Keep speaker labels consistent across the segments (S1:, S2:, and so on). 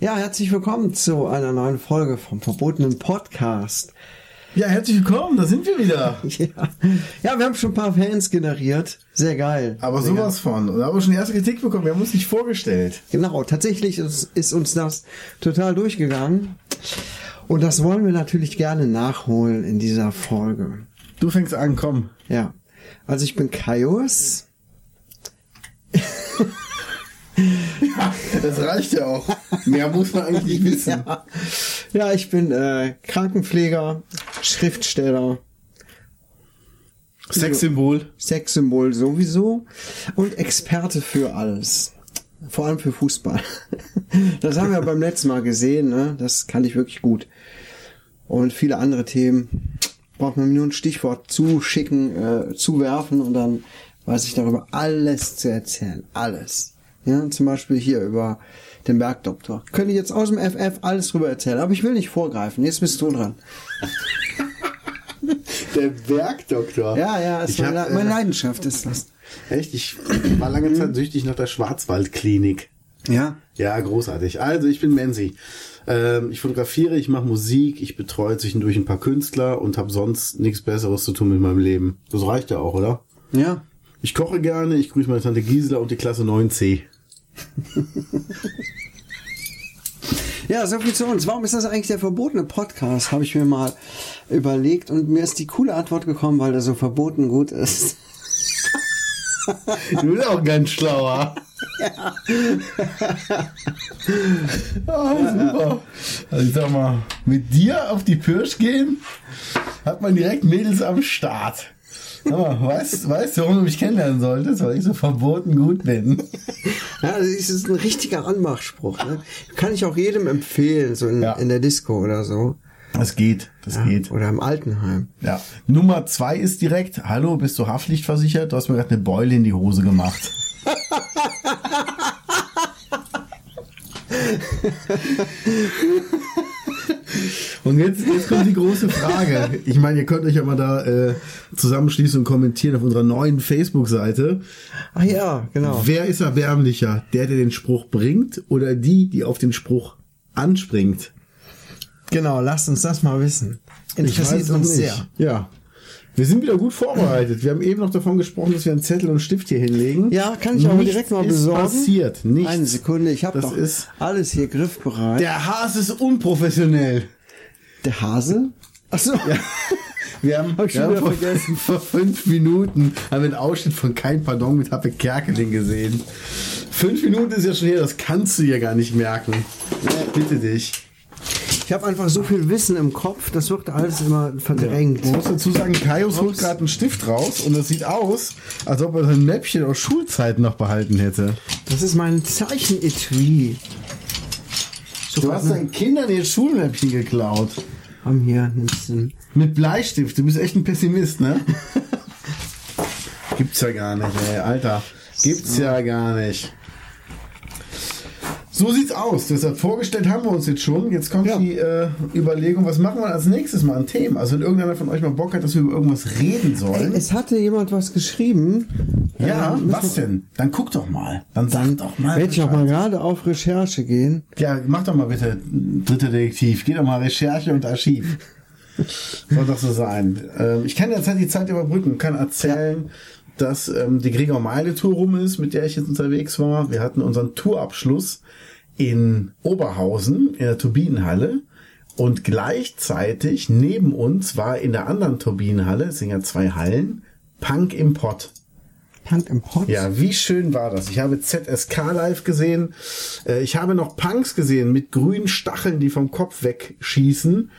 S1: Ja, herzlich willkommen zu einer neuen Folge vom verbotenen Podcast.
S2: Ja, herzlich willkommen, da sind wir wieder.
S1: Ja, ja wir haben schon ein paar Fans generiert. Sehr geil.
S2: Aber
S1: Sehr
S2: sowas von. Und da haben wir schon erste Kritik bekommen, wir haben uns nicht vorgestellt.
S1: geil. Genau, tatsächlich ist, ist uns das total durchgegangen. Und das wollen wir natürlich gerne nachholen in dieser Folge.
S2: Du fängst an, komm.
S1: Ja. Also ich bin Kaius.
S2: Das reicht ja auch. Mehr muss man eigentlich nicht wissen.
S1: Ja, ich bin äh, Krankenpfleger, Schriftsteller,
S2: Sexsymbol.
S1: Sexsymbol sowieso und Experte für alles. Vor allem für Fußball. Das haben wir beim letzten Mal gesehen, ne? Das kann ich wirklich gut. Und viele andere Themen braucht man mir nur ein Stichwort zuschicken, äh, zuwerfen und dann weiß ich darüber alles zu erzählen. Alles. Ja, zum Beispiel hier über den Bergdoktor. Könnte ich jetzt aus dem FF alles drüber erzählen, aber ich will nicht vorgreifen. Jetzt bist du dran.
S2: Der Bergdoktor.
S1: Ja, ja, ist
S2: Ich
S1: meine,
S2: hab, äh,
S1: meine Leidenschaft ist das.
S2: Echt, ich war lange Zeit süchtig nach der Schwarzwaldklinik.
S1: Ja.
S2: Ja, großartig. Also, ich bin Menzi. Ähm, ich fotografiere, ich mache Musik, ich betreue zwischendurch ein paar Künstler und habe sonst nichts Besseres zu tun mit meinem Leben. Das reicht ja auch, oder?
S1: Ja.
S2: Ich koche gerne, ich grüße meine Tante Gisela und die Klasse 9c.
S1: Ja, so viel zu uns. Warum ist das eigentlich der verbotene Podcast? Habe ich mir mal überlegt und mir ist die coole Antwort gekommen, weil der so verboten gut ist.
S2: Du bist auch ganz schlauer. Ah, super. Also ich sag mal, mit dir auf die Pirsch gehen, hat man direkt Mädels am Start. Sag mal, weißt, weißt du, warum du mich kennenlernen solltest? Weil ich so verboten gut bin.
S1: Ja, das ist ist ein richtiger Anmachspruch. Ne? Kann ich auch jedem empfehlen, so in,
S2: Ja.
S1: in der Disco oder so.
S2: Das geht, das geht.
S1: Oder im Altenheim.
S2: Ja. Nummer zwei ist direkt, hallo, bist du haftpflichtversichert? Du hast mir gerade eine Beule in die Hose gemacht. Und jetzt, jetzt kommt die große Frage. Ich meine, ihr könnt euch ja mal da äh, zusammenschließen und kommentieren auf unserer neuen Facebook-Seite.
S1: Ach ja, genau.
S2: Wer ist erbärmlicher? Der, der den Spruch bringt oder die, die auf den Spruch anspringt?
S1: Genau, lasst uns das mal wissen. Interessiert
S2: noch
S1: uns
S2: nicht.
S1: sehr.
S2: Ja. Wir sind wieder gut vorbereitet. Wir haben eben noch davon gesprochen, dass wir einen Zettel und einen Stift hier hinlegen.
S1: Ja, kann ich aber
S2: Nichts
S1: direkt mal
S2: ist
S1: besorgen.
S2: passiert. Nichts.
S1: Eine Sekunde, ich habe
S2: Das
S1: doch
S2: ist-
S1: alles hier griffbereit.
S2: Der Haas ist unprofessionell.
S1: der Hase? Ach so.
S2: Wir haben,
S1: Hab ich
S2: wir
S1: schon
S2: haben
S1: wieder
S2: vor, vor fünf Minuten haben wir einen Ausschnitt von Kein Pardon mit Happe Kerkeling gesehen. Fünf Minuten ist ja schon her, das kannst du ja gar nicht merken. Bitte dich.
S1: Ich habe einfach so viel Wissen im Kopf, das wird alles immer verdrängt.
S2: Man muss dazu sagen, Kaius holt gerade einen Stift raus und das sieht aus, als ob er sein Mäppchen aus Schulzeiten noch behalten hätte.
S1: Das ist mein Zeichenetui. So,
S2: Du hast
S1: warte,
S2: deinen Kindern ihr Schulmäppchen geklaut.
S1: komm hier, nimmst du. ihn.
S2: Mit Bleistift. Du bist echt ein Pessimist, ne? Gibt's ja gar nicht, ey, Alter. Gibt's ja gar nicht. So sieht's aus. Deshalb vorgestellt haben wir uns jetzt schon. Jetzt kommt
S1: Ja.
S2: die äh, Überlegung, was machen wir als nächstes mal an Themen? Also wenn irgendeiner von euch mal Bock hat, dass wir über irgendwas reden sollen.
S1: Es hatte jemand was geschrieben. Ähm,
S2: ja,
S1: müssen
S2: was denn? Dann guck doch mal. äh, Dann sag doch mal.
S1: Werde ich auch mal gerade auf Recherche gehen.
S2: Ja, mach doch mal bitte, dritter Detektiv. Geh doch mal Recherche und Archiv. Soll doch so sein. Ähm, ich kann derzeit die Zeit überbrücken, kann erzählen, dass ähm, die Gregor Meile Tour rum ist, mit der ich jetzt unterwegs war. Wir hatten unseren Tourabschluss in Oberhausen in der Turbinenhalle. Und gleichzeitig neben uns war in der anderen Turbinenhalle, es sind ja zwei Hallen, Punk im Pott.
S1: Punk im Pott.
S2: Ja, wie schön war das? Ich habe ZSK live gesehen. Äh, Ich habe noch Punks gesehen mit grünen Stacheln, die vom Kopf wegschießen.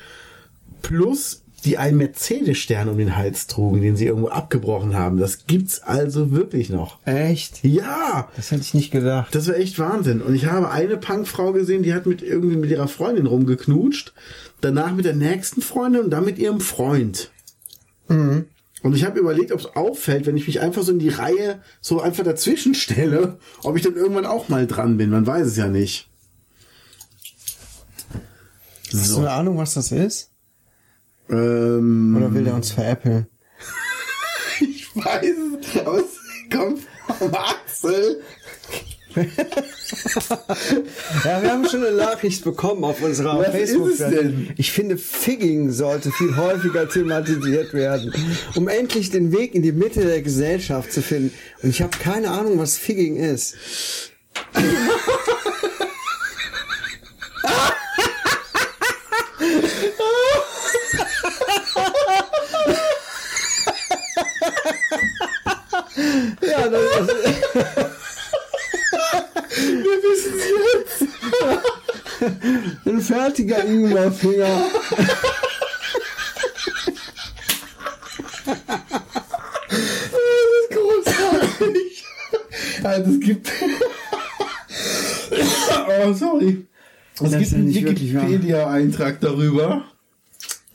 S2: Plus die einen Mercedes-Stern um den Hals trugen, den sie irgendwo abgebrochen haben. Das gibt's also wirklich noch.
S1: Echt?
S2: Ja,
S1: Das hätte ich nicht gedacht.
S2: das war echt Wahnsinn. Und ich habe eine Punkfrau gesehen, die hat mit irgendwie mit ihrer Freundin rumgeknutscht, danach mit der nächsten Freundin und dann mit ihrem Freund. Und ich habe überlegt, ob es auffällt, wenn ich mich einfach so in die Reihe so einfach dazwischen stelle, ob ich dann irgendwann auch mal dran bin. Man weiß es ja nicht.
S1: Hast du
S2: So.
S1: eine Ahnung, was das ist?
S2: Ähm,
S1: Oder will der uns veräppeln?
S2: ich weiß es, aber es kommt vom Axel.
S1: Ja, wir haben schon eine Nachricht bekommen auf unserer
S2: Was ist es
S1: Facebook-Seite.
S2: denn?
S1: Ich finde, Figging sollte viel häufiger thematisiert werden, um endlich den Weg in die Mitte der Gesellschaft zu finden. Und ich habe keine Ahnung, was Figging ist. ja, das ist ein fertiger Ingwerfinger.
S2: Großartig. Also es gibt. oh, sorry. Es
S1: Das ist
S2: gibt einen
S1: nicht wirklich wahr.
S2: Wikipedia-Eintrag darüber.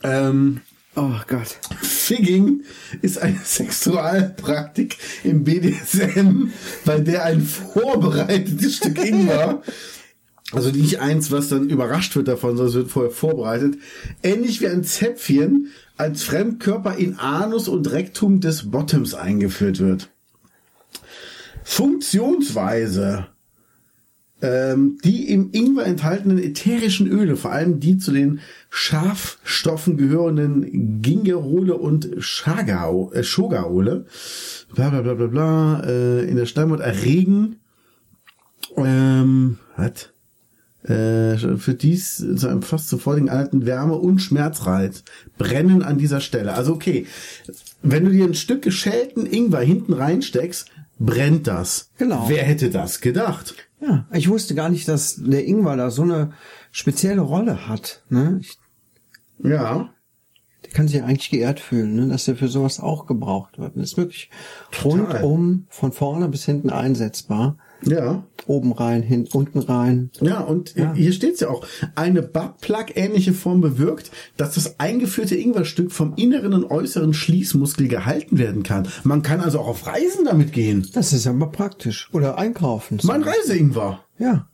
S2: Ähm,
S1: Oh Gott.
S2: Figging ist eine Sexualpraktik im BDSM, bei der ein vorbereitetes Stück Ingwer, also nicht eins, was dann überrascht wird davon, sondern es wird vorher vorbereitet, ähnlich wie ein Zäpfchen als Fremdkörper in Anus und Rektum des Bottoms eingeführt wird. Funktionsweise. Ähm, die im Ingwer enthaltenen ätherischen Öle, vor allem die zu den Schafstoffen gehörenden Gingerole und Schagau, äh, Schogaole, bla bla bla bla bla, äh, in der Steinmut erregen. Ähm, was? Äh, für dies zu einem fast sofortigen alten Wärme und Schmerzreiz. Brennen an dieser Stelle. Also okay, wenn du dir ein Stück geschälten Ingwer hinten reinsteckst, brennt das.
S1: Genau.
S2: Wer hätte das gedacht?
S1: Ja, ich wusste gar nicht, dass der Ingwer da so eine spezielle Rolle hat. Ne? Ich,
S2: Ja.
S1: der kann sich ja eigentlich geehrt fühlen, ne? dass er für sowas auch gebraucht wird. Und ist wirklich rundum von vorne bis hinten einsetzbar.
S2: Ja.
S1: Oben rein, hin, unten rein.
S2: Ja, und hier steht es ja auch. Eine Buttplug-ähnliche Form bewirkt, dass das eingeführte Ingwerstück vom inneren und äußeren Schließmuskel gehalten werden kann. Man kann also auch auf Reisen damit gehen.
S1: Das ist aber praktisch. Oder einkaufen.
S2: Mein Reise-Ingwer.
S1: ja.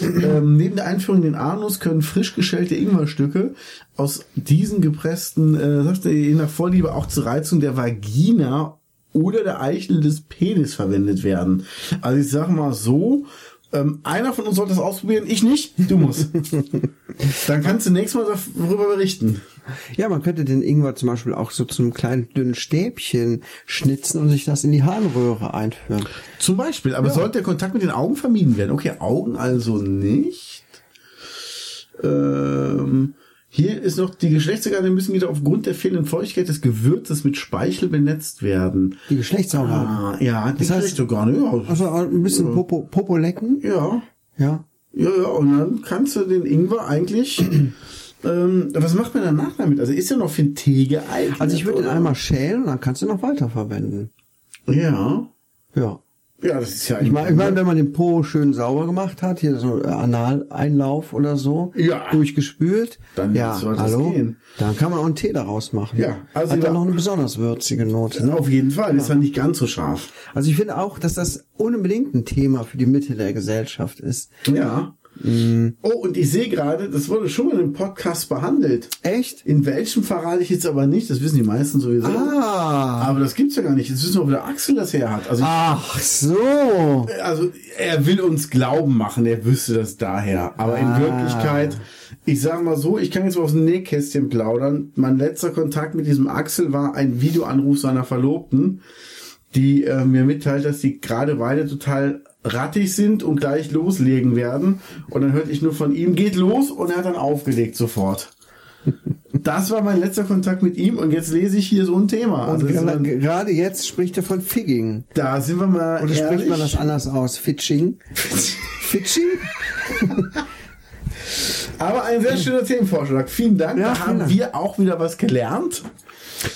S2: ähm, neben der Einführung in den Anus können frisch geschälte Ingwerstücke aus diesen gepressten, äh, sagt er, je nach Vorliebe auch zur Reizung der Vagina oder der Eichel des Penis verwendet werden. Also ich sag mal so, ähm, einer von uns sollte das ausprobieren, ich nicht, du musst. Dann kannst du nächstes Mal darüber berichten.
S1: Ja, man könnte den Ingwer zum Beispiel auch so zu einem kleinen dünnen Stäbchen schnitzen und sich das in die Harnröhre einführen.
S2: Zum Beispiel, aber sollte der Kontakt mit den Augen vermieden werden? Okay, Augen also nicht. Ähm, hier ist noch, die Geschlechtsorgane müssen wieder aufgrund der fehlenden Feuchtigkeit des Gewürzes mit Speichel benetzt werden.
S1: Die Geschlechtsorgane.
S2: Ah, ja, die
S1: Das heißt-
S2: Geschlechtsorgane, ja.
S1: Also ein bisschen Popo, Popo lecken.
S2: Ja,
S1: Ja.
S2: ja, ja, und dann kannst du den Ingwer eigentlich... ähm, was macht man danach damit? Also ist ja noch für den Tee geeignet.
S1: Also ich würde den
S2: oder?
S1: einmal schälen und dann kannst du ihn noch weiterverwenden.
S2: Ja.
S1: Ja.
S2: Ja, das ist ja
S1: Ich
S2: eigentlich-
S1: meine, ich mein, wenn man den Po schön sauber gemacht hat, hier so äh, Analeinlauf oder so,
S2: Ja.
S1: durchgespült,
S2: Dann
S1: ja,
S2: sollte es
S1: hallo,
S2: gehen.
S1: dann kann man auch einen Tee daraus machen.
S2: Ja,
S1: also
S2: also
S1: hat dann
S2: ja.
S1: noch eine besonders würzige Note. ne?
S2: Auf jeden Fall, ist ja nicht ganz so scharf.
S1: Also ich finde auch, dass das unbedingt ein Thema für die Mitte der Gesellschaft ist.
S2: Ja. Oh, und ich sehe gerade, das wurde schon mal im Podcast behandelt.
S1: Echt?
S2: In welchem verrate ich jetzt aber nicht, das wissen die meisten sowieso.
S1: Ah,
S2: Aber das gibt's ja gar nicht. Jetzt wissen wir, wo der Axel das her hat. Also,
S1: ach so.
S2: also er will uns glauben machen, er wüsste das daher. Aber in
S1: Ah.
S2: Wirklichkeit, ich sag mal so, ich kann jetzt mal aus dem Nähkästchen plaudern. Mein letzter Kontakt mit diesem Axel war ein Videoanruf seiner Verlobten, die äh, mir mitteilt, dass die gerade beide total rattig sind und gleich loslegen werden. Und dann hörte ich nur von ihm, geht los und er hat dann aufgelegt sofort. Das war mein letzter Kontakt mit ihm und jetzt lese ich hier so ein Thema. Also das ist
S1: Gerade-
S2: ein-
S1: Gerade jetzt spricht er von Figging.
S2: da sind wir mal.
S1: Oder
S2: ehrlich.
S1: spricht man das anders aus? Fitching? Fitching?
S2: Aber ein sehr schöner Themenvorschlag. Vielen Dank.
S1: Ja,
S2: da
S1: vielen
S2: haben
S1: Dank.
S2: wir auch wieder was gelernt.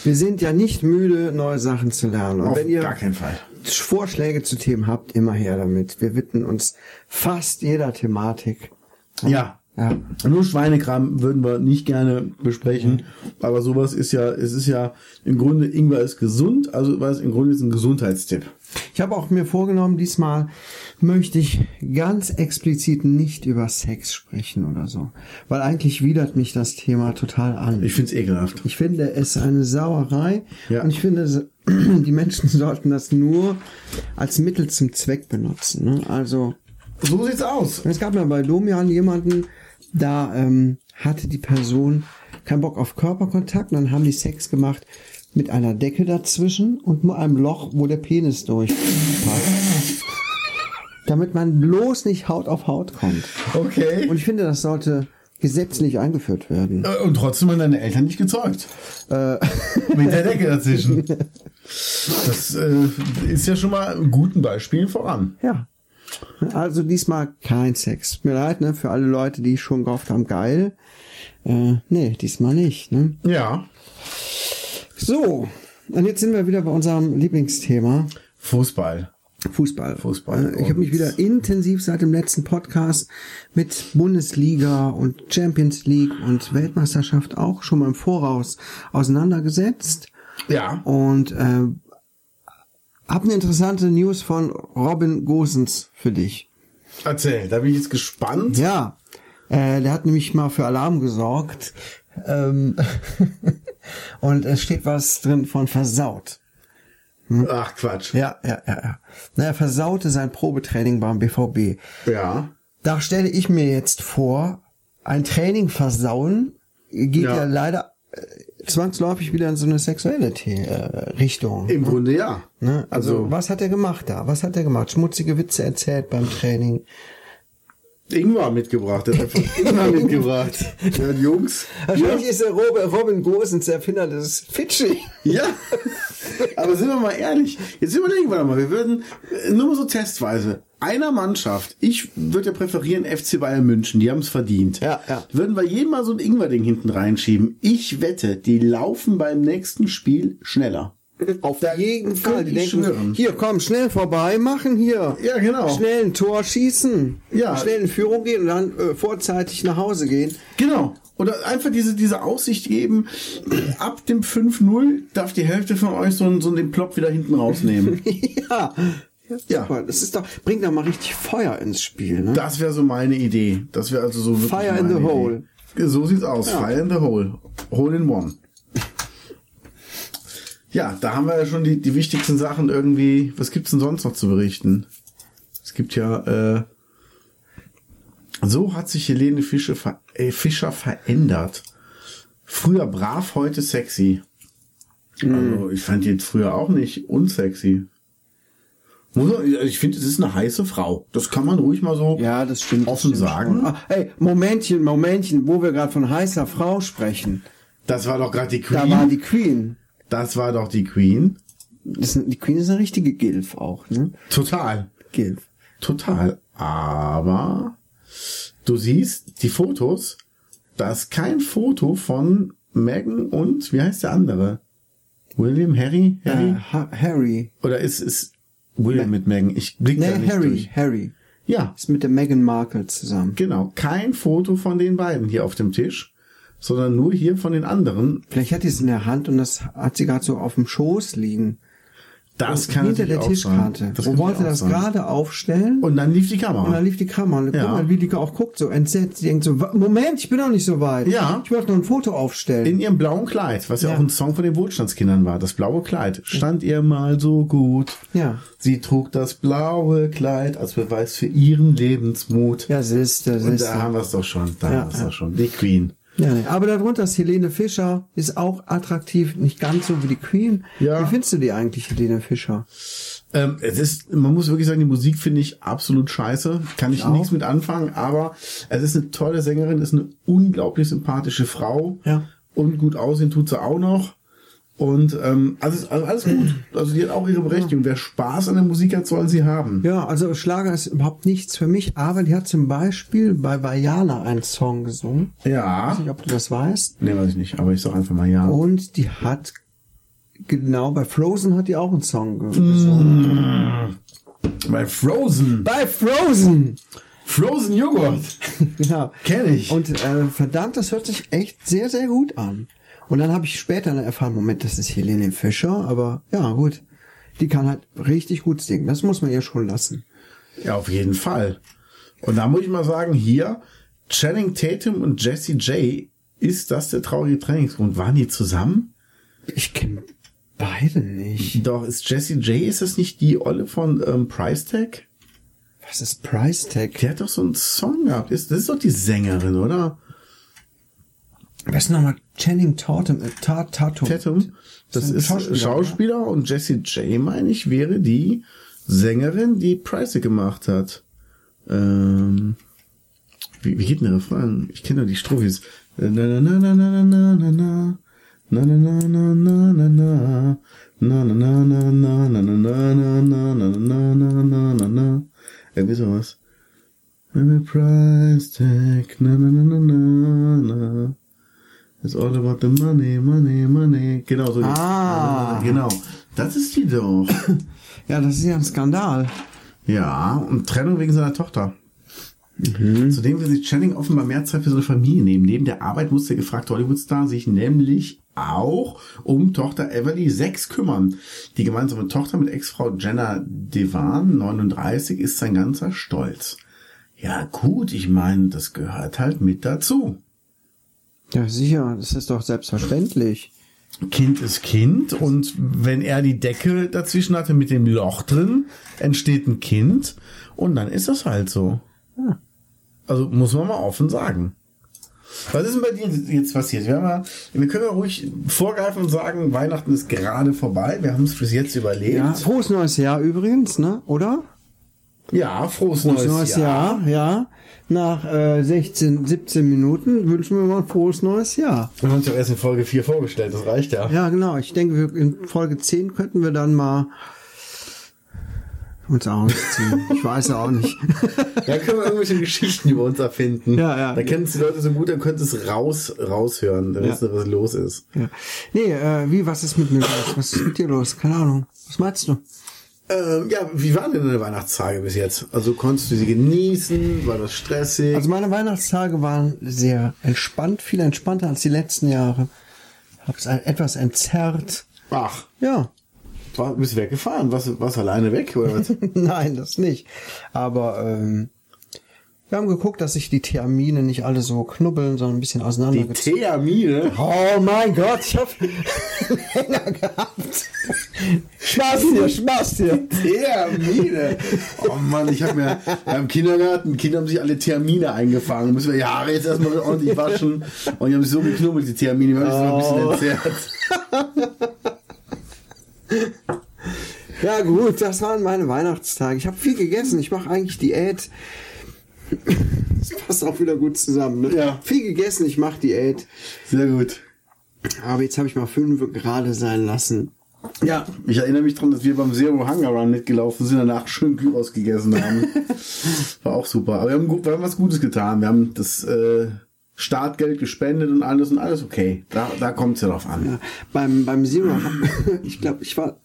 S1: Wir sind ja nicht müde, neue Sachen zu lernen. Und
S2: Auf
S1: wenn ihr
S2: gar keinen Fall.
S1: Vorschläge zu Themen habt, immer her damit. Wir widmen uns fast jeder Thematik.
S2: Ja.
S1: Ja.
S2: Nur Schweinekram würden wir nicht gerne besprechen, aber sowas ist ja, es ist ja im Grunde, Ingwer ist gesund, also was im Grunde ist ein Gesundheitstipp.
S1: Ich habe auch mir vorgenommen, diesmal möchte ich ganz explizit nicht über Sex sprechen oder so. Weil eigentlich widert mich das Thema total an.
S2: Ich find's ekelhaft.
S1: Ich finde es eine Sauerei
S2: Ja.
S1: und ich finde, es- die Menschen sollten das nur als Mittel zum Zweck benutzen. Ne? Also
S2: So sieht's aus.
S1: es gab mal bei Domian jemanden, da ähm, hatte die Person keinen Bock auf Körperkontakt und dann haben die Sex gemacht mit einer Decke dazwischen und nur einem Loch, wo der Penis durchpasst. Damit man bloß nicht Haut auf Haut kommt.
S2: Okay.
S1: Und ich finde, das sollte gesetzlich eingeführt werden.
S2: Äh, Und trotzdem haben deine Eltern nicht gezeugt.
S1: Äh,
S2: Mit der Decke dazwischen. Das äh, ist ja schon mal ein guten Beispiel voran.
S1: ja. Also diesmal kein Sex. Tut Mir leid, ne? Für alle Leute, die schon gehofft haben, geil. Äh, nee, diesmal nicht, ne?
S2: Ja.
S1: So, und jetzt sind wir wieder bei unserem Lieblingsthema.
S2: Fußball.
S1: Fußball.
S2: Fußball.
S1: Äh, Ich habe mich
S2: Und-
S1: wieder intensiv seit dem letzten Podcast mit Bundesliga und Champions League und Weltmeisterschaft auch schon mal im Voraus auseinandergesetzt
S2: Ja.
S1: und äh, habe eine interessante News von Robin Gosens für dich.
S2: Erzähl, da bin ich jetzt gespannt.
S1: Ja, äh, der hat nämlich mal für Alarm gesorgt ähm, und es steht was drin von versaut.
S2: Ach Quatsch.
S1: Ja, ja, ja, ja. Na, er versaute sein Probetraining beim BVB.
S2: Ja.
S1: Da stelle ich mir jetzt vor, ein Training versauen geht ja,
S2: Ja.
S1: leider äh, zwangsläufig wieder in so eine sexuelle The äh, Richtung.
S2: Im Grunde ja.
S1: Ne? Also,
S2: Also,
S1: was hat er gemacht da? Was hat er gemacht? Schmutzige Witze erzählt beim Training.
S2: Also, Ingwer mitgebracht. Der hat einfach Ingwer mitgebracht. Ja, Jungs.
S1: Wahrscheinlich ist der Robin, Robin Gosens Erfinder des Fidschi.
S2: Ja, aber sind wir mal ehrlich, jetzt überlegen wir doch mal, wir würden äh, nur mal so testweise einer Mannschaft, ich würde ja präferieren FC Bayern München, die haben es verdient.
S1: Ja, ja.
S2: Würden wir jedem mal so ein Ingwer-Ding hinten reinschieben, ich wette, die laufen beim nächsten Spiel schneller.
S1: Auf jeden Fall.
S2: kann
S1: Die
S2: ich
S1: denken,
S2: schwören.
S1: hier komm, schnell vorbei, machen hier.
S2: Ja, genau.
S1: Schnell ein Tor schießen.
S2: Ja.
S1: Schnell in Führung gehen und dann äh, vorzeitig nach Hause gehen.
S2: Genau. Oder einfach diese, diese Aussicht geben, ab dem 5-0 darf die Hälfte von euch so, einen- so den Plop wieder hinten rausnehmen.
S1: ja.
S2: Ja.
S1: Super. Das ist doch, bringt doch mal richtig Feuer ins Spiel, ne?
S2: Das wäre so meine Idee. Das wäre also so wirklich
S1: Fire in
S2: meine
S1: the
S2: Idee.
S1: hole.
S2: So sieht's aus. Fire in the hole. Hole in one. Ja, da haben wir ja schon die, die wichtigsten Sachen irgendwie. Was gibt's denn sonst noch zu berichten? Es gibt ja, äh, so hat sich Helene Fischer, ver äh, Fischer verändert. Früher brav, heute sexy.
S1: Mhm.
S2: Also, ich fand die früher auch nicht unsexy. Muss man- also, Ich finde, es ist eine heiße Frau. Das kann man ruhig mal so
S1: ja, das stimmt.
S2: offen
S1: das stimmt
S2: sagen.
S1: schon. Ah, hey, Momentchen, Momentchen, wo wir gerade von heißer Frau sprechen.
S2: Das war doch gerade die
S1: Da
S2: Queen.
S1: war die Queen.
S2: das war doch die Queen.
S1: Das, ist- die Queen ist eine richtige Gilf auch, ne?
S2: Total.
S1: Gilf.
S2: Total. Aber du siehst die Fotos. Da ist kein Foto von Megan und wie heißt der andere? William, Harry? Harry?
S1: Äh, ha Harry.
S2: Oder ist es William mit Megan? Ich blicke da
S1: Nee,
S2: nicht
S1: Harry.
S2: durch.
S1: Harry.
S2: Ja,
S1: Ist mit der Meghan Markle zusammen.
S2: genau. Kein Foto von den beiden hier auf dem Tisch, sondern nur hier von den anderen.
S1: Vielleicht hat die es in der Hand und das hat sie gerade so auf dem Schoß liegen.
S2: Das kann
S1: Hinter
S2: natürlich
S1: der
S2: auch
S1: Tischkarte.
S2: Sein. Das
S1: Wo
S2: kann
S1: wollte
S2: natürlich auch
S1: das
S2: sein.
S1: gerade aufstellen?
S2: Und dann lief die Kamera.
S1: Und dann lief die Kamera. Und guck
S2: Ja.
S1: mal, wie die auch guckt, so entsetzt. Die denkt so, "Wa- Moment, ich bin noch nicht so weit.
S2: Ja.
S1: Ich wollte noch ein Foto aufstellen.
S2: In ihrem blauen Kleid, was ja,
S1: Ja.
S2: auch ein Song von den Wohlstandskindern war. Das blaue Kleid stand ihr mal so gut.
S1: ja.
S2: Sie trug das blaue Kleid als Beweis für ihren Lebensmut.
S1: Ja, siehste,
S2: Und
S1: siehste.
S2: da haben wir es doch schon. Da
S1: Ja,
S2: haben wir es
S1: ja.
S2: doch schon. Die Queen.
S1: Ja, nee. aber darunter ist Helene Fischer, ist auch attraktiv, nicht ganz so wie die Queen.
S2: Ja.
S1: Wie findest du die eigentlich, Helene Fischer?
S2: Ähm, es ist, man muss wirklich sagen, die Musik finde ich absolut scheiße. Kann ich
S1: auch.
S2: nichts mit anfangen, aber es ist eine tolle Sängerin, ist eine unglaublich sympathische Frau.
S1: Ja.
S2: Und gut aussehen tut sie auch noch. Und ähm, also, ist- also alles gut. Also die hat auch ihre Berechtigung. Wer Spaß an der Musik hat, soll sie haben.
S1: Ja, also Schlager ist überhaupt nichts für mich, aber die hat zum Beispiel bei Vajana einen Song gesungen. Ich
S2: Ja.
S1: weiß nicht, ob du das weißt.
S2: Nee, weiß ich nicht, aber ich sag einfach mal ja.
S1: Und die hat, genau, bei Frozen hat die auch einen Song ge- gesungen.
S2: Bei Frozen.
S1: Bei Frozen!
S2: Frozen Joghurt.
S1: Genau.
S2: Kenn ich.
S1: Und äh, verdammt, das hört sich echt sehr, sehr gut an. Und dann habe ich später erfahren, Moment, das ist Helene Fischer, aber ja, gut. Die kann halt richtig gut singen. Das muss man ihr schon lassen.
S2: Ja, auf jeden Fall. Und da muss ich mal sagen, hier, Channing Tatum und Jesse J, ist das der traurige Trainingsgrund? Waren die zusammen?
S1: Ich kenne beide nicht.
S2: Doch, ist Jesse J, ist das nicht die Olle von ähm, Price Tag?
S1: Was ist Price Tag?
S2: Die hat doch so einen Song gehabt. Ist, das ist doch die Sängerin, oder?
S1: Was ist nochmal Channing Tatum? Äh, Ta- Tatum.
S2: Tatum. Das
S1: ein
S2: ist Schauspieler,
S1: Schauspieler,
S2: und Jesse J, meine ich, wäre die Sängerin, die Price Tag gemacht hat. Ähm, wie, wie geht denn der Refrain? Ich kenne nur die Strophes. Na, na, na, na, na, na, na, na. Na, na, na, na, na, na, na. Na, na, na, na, na, na, na, na, na, na, na, na, na, na, na, na. Irgendwie sowas. I'm a price tag. Na, na, na, na, na, na. It's all about the money, money, money. Genau so.
S1: Ah.
S2: Genau. Das ist die doch.
S1: Ja, das ist ja ein Skandal.
S2: Ja, und Trennung wegen seiner Tochter. Zudem will sich Channing offenbar mehr Zeit für seine Familie nehmen. Neben der Arbeit muss der gefragte Hollywood-Star sich nämlich auch um Tochter Everly 6 kümmern. Die gemeinsame Tochter mit Ex-Frau Jenna Devan, 39, ist sein ganzer Stolz. Ja gut, ich meine, das gehört halt mit dazu.
S1: Ja, sicher. Das ist doch selbstverständlich.
S2: Kind ist Kind und wenn er die Decke dazwischen hatte mit dem Loch drin, entsteht ein Kind und dann ist das halt so.
S1: Ja.
S2: Also muss man mal offen sagen. Was ist denn bei dir jetzt passiert? Wir, haben ja, wir können ja ruhig vorgreifen und sagen, Weihnachten ist gerade vorbei. Wir haben es bis jetzt überlebt.
S1: Ja,
S2: Ja,
S1: frohes neues Jahr übrigens, ne? Oder?
S2: frohes,
S1: Frohes neues Jahr, ja. Nach äh, 16, 17 Minuten wünschen wir mal ein frohes neues Jahr.
S2: Wir haben uns ja erst in Folge 4 vorgestellt, das reicht ja.
S1: Ja, genau. Ich denke, wir, in Folge 10 könnten wir dann mal uns ausziehen. Ich weiß auch nicht.
S2: Da können wir irgendwelche Geschichten über uns erfinden.
S1: Ja, ja.
S2: Da kennen es die Leute so gut, dann könnt ihr es raus, raushören, dann
S1: Ja.
S2: wissen wir, was los ist.
S1: Ja. Nee, äh, wie, was ist mit mir los? Was ist mit dir los? Keine Ahnung. Was meinst du?
S2: Ähm, ja, wie waren denn deine Weihnachtstage bis jetzt? Also konntest du sie genießen? War das stressig?
S1: Also meine Weihnachtstage waren sehr entspannt, viel entspannter als die letzten Jahre. Hab's ein- etwas entzerrt.
S2: Ach,
S1: Ja,
S2: war, bist weggefahren? Was, was alleine weg? Oder was?
S1: Nein, das nicht. Aber ähm, wir haben geguckt, dass sich die Termine nicht alle so knubbeln, sondern ein bisschen
S2: die
S1: auseinandergezogen.
S2: Theamine?
S1: Oh mein Gott, ich hab länger gehabt. Spaß dir, Spaß dir.
S2: Termine. Oh Mann, ich habe mir beim Kindergarten, Kinder haben sich alle Termine eingefangen. Müssen wir die Haare jetzt erstmal ordentlich waschen. Und die haben sich so geknubbelt, die Termine. Wir haben sich so ein bisschen entzerrt.
S1: Ja gut, das waren meine Weihnachtstage. Ich habe viel gegessen. Ich mache eigentlich Diät. Das passt auch wieder gut zusammen. Ne?
S2: Ja.
S1: Viel gegessen, ich mache Diät.
S2: Sehr gut.
S1: Aber jetzt habe ich mal fünf gerade sein lassen. Ja,
S2: Ich erinnere mich daran, dass wir beim Zero Hunger Run mitgelaufen sind, danach schön Gyros gegessen haben. War auch super. Aber wir haben, gut, wir haben was Gutes getan. Wir haben das äh, Startgeld gespendet und alles und alles okay. Da, da kommt es ja drauf an.
S1: beim, beim Zero, ich glaube, ich war,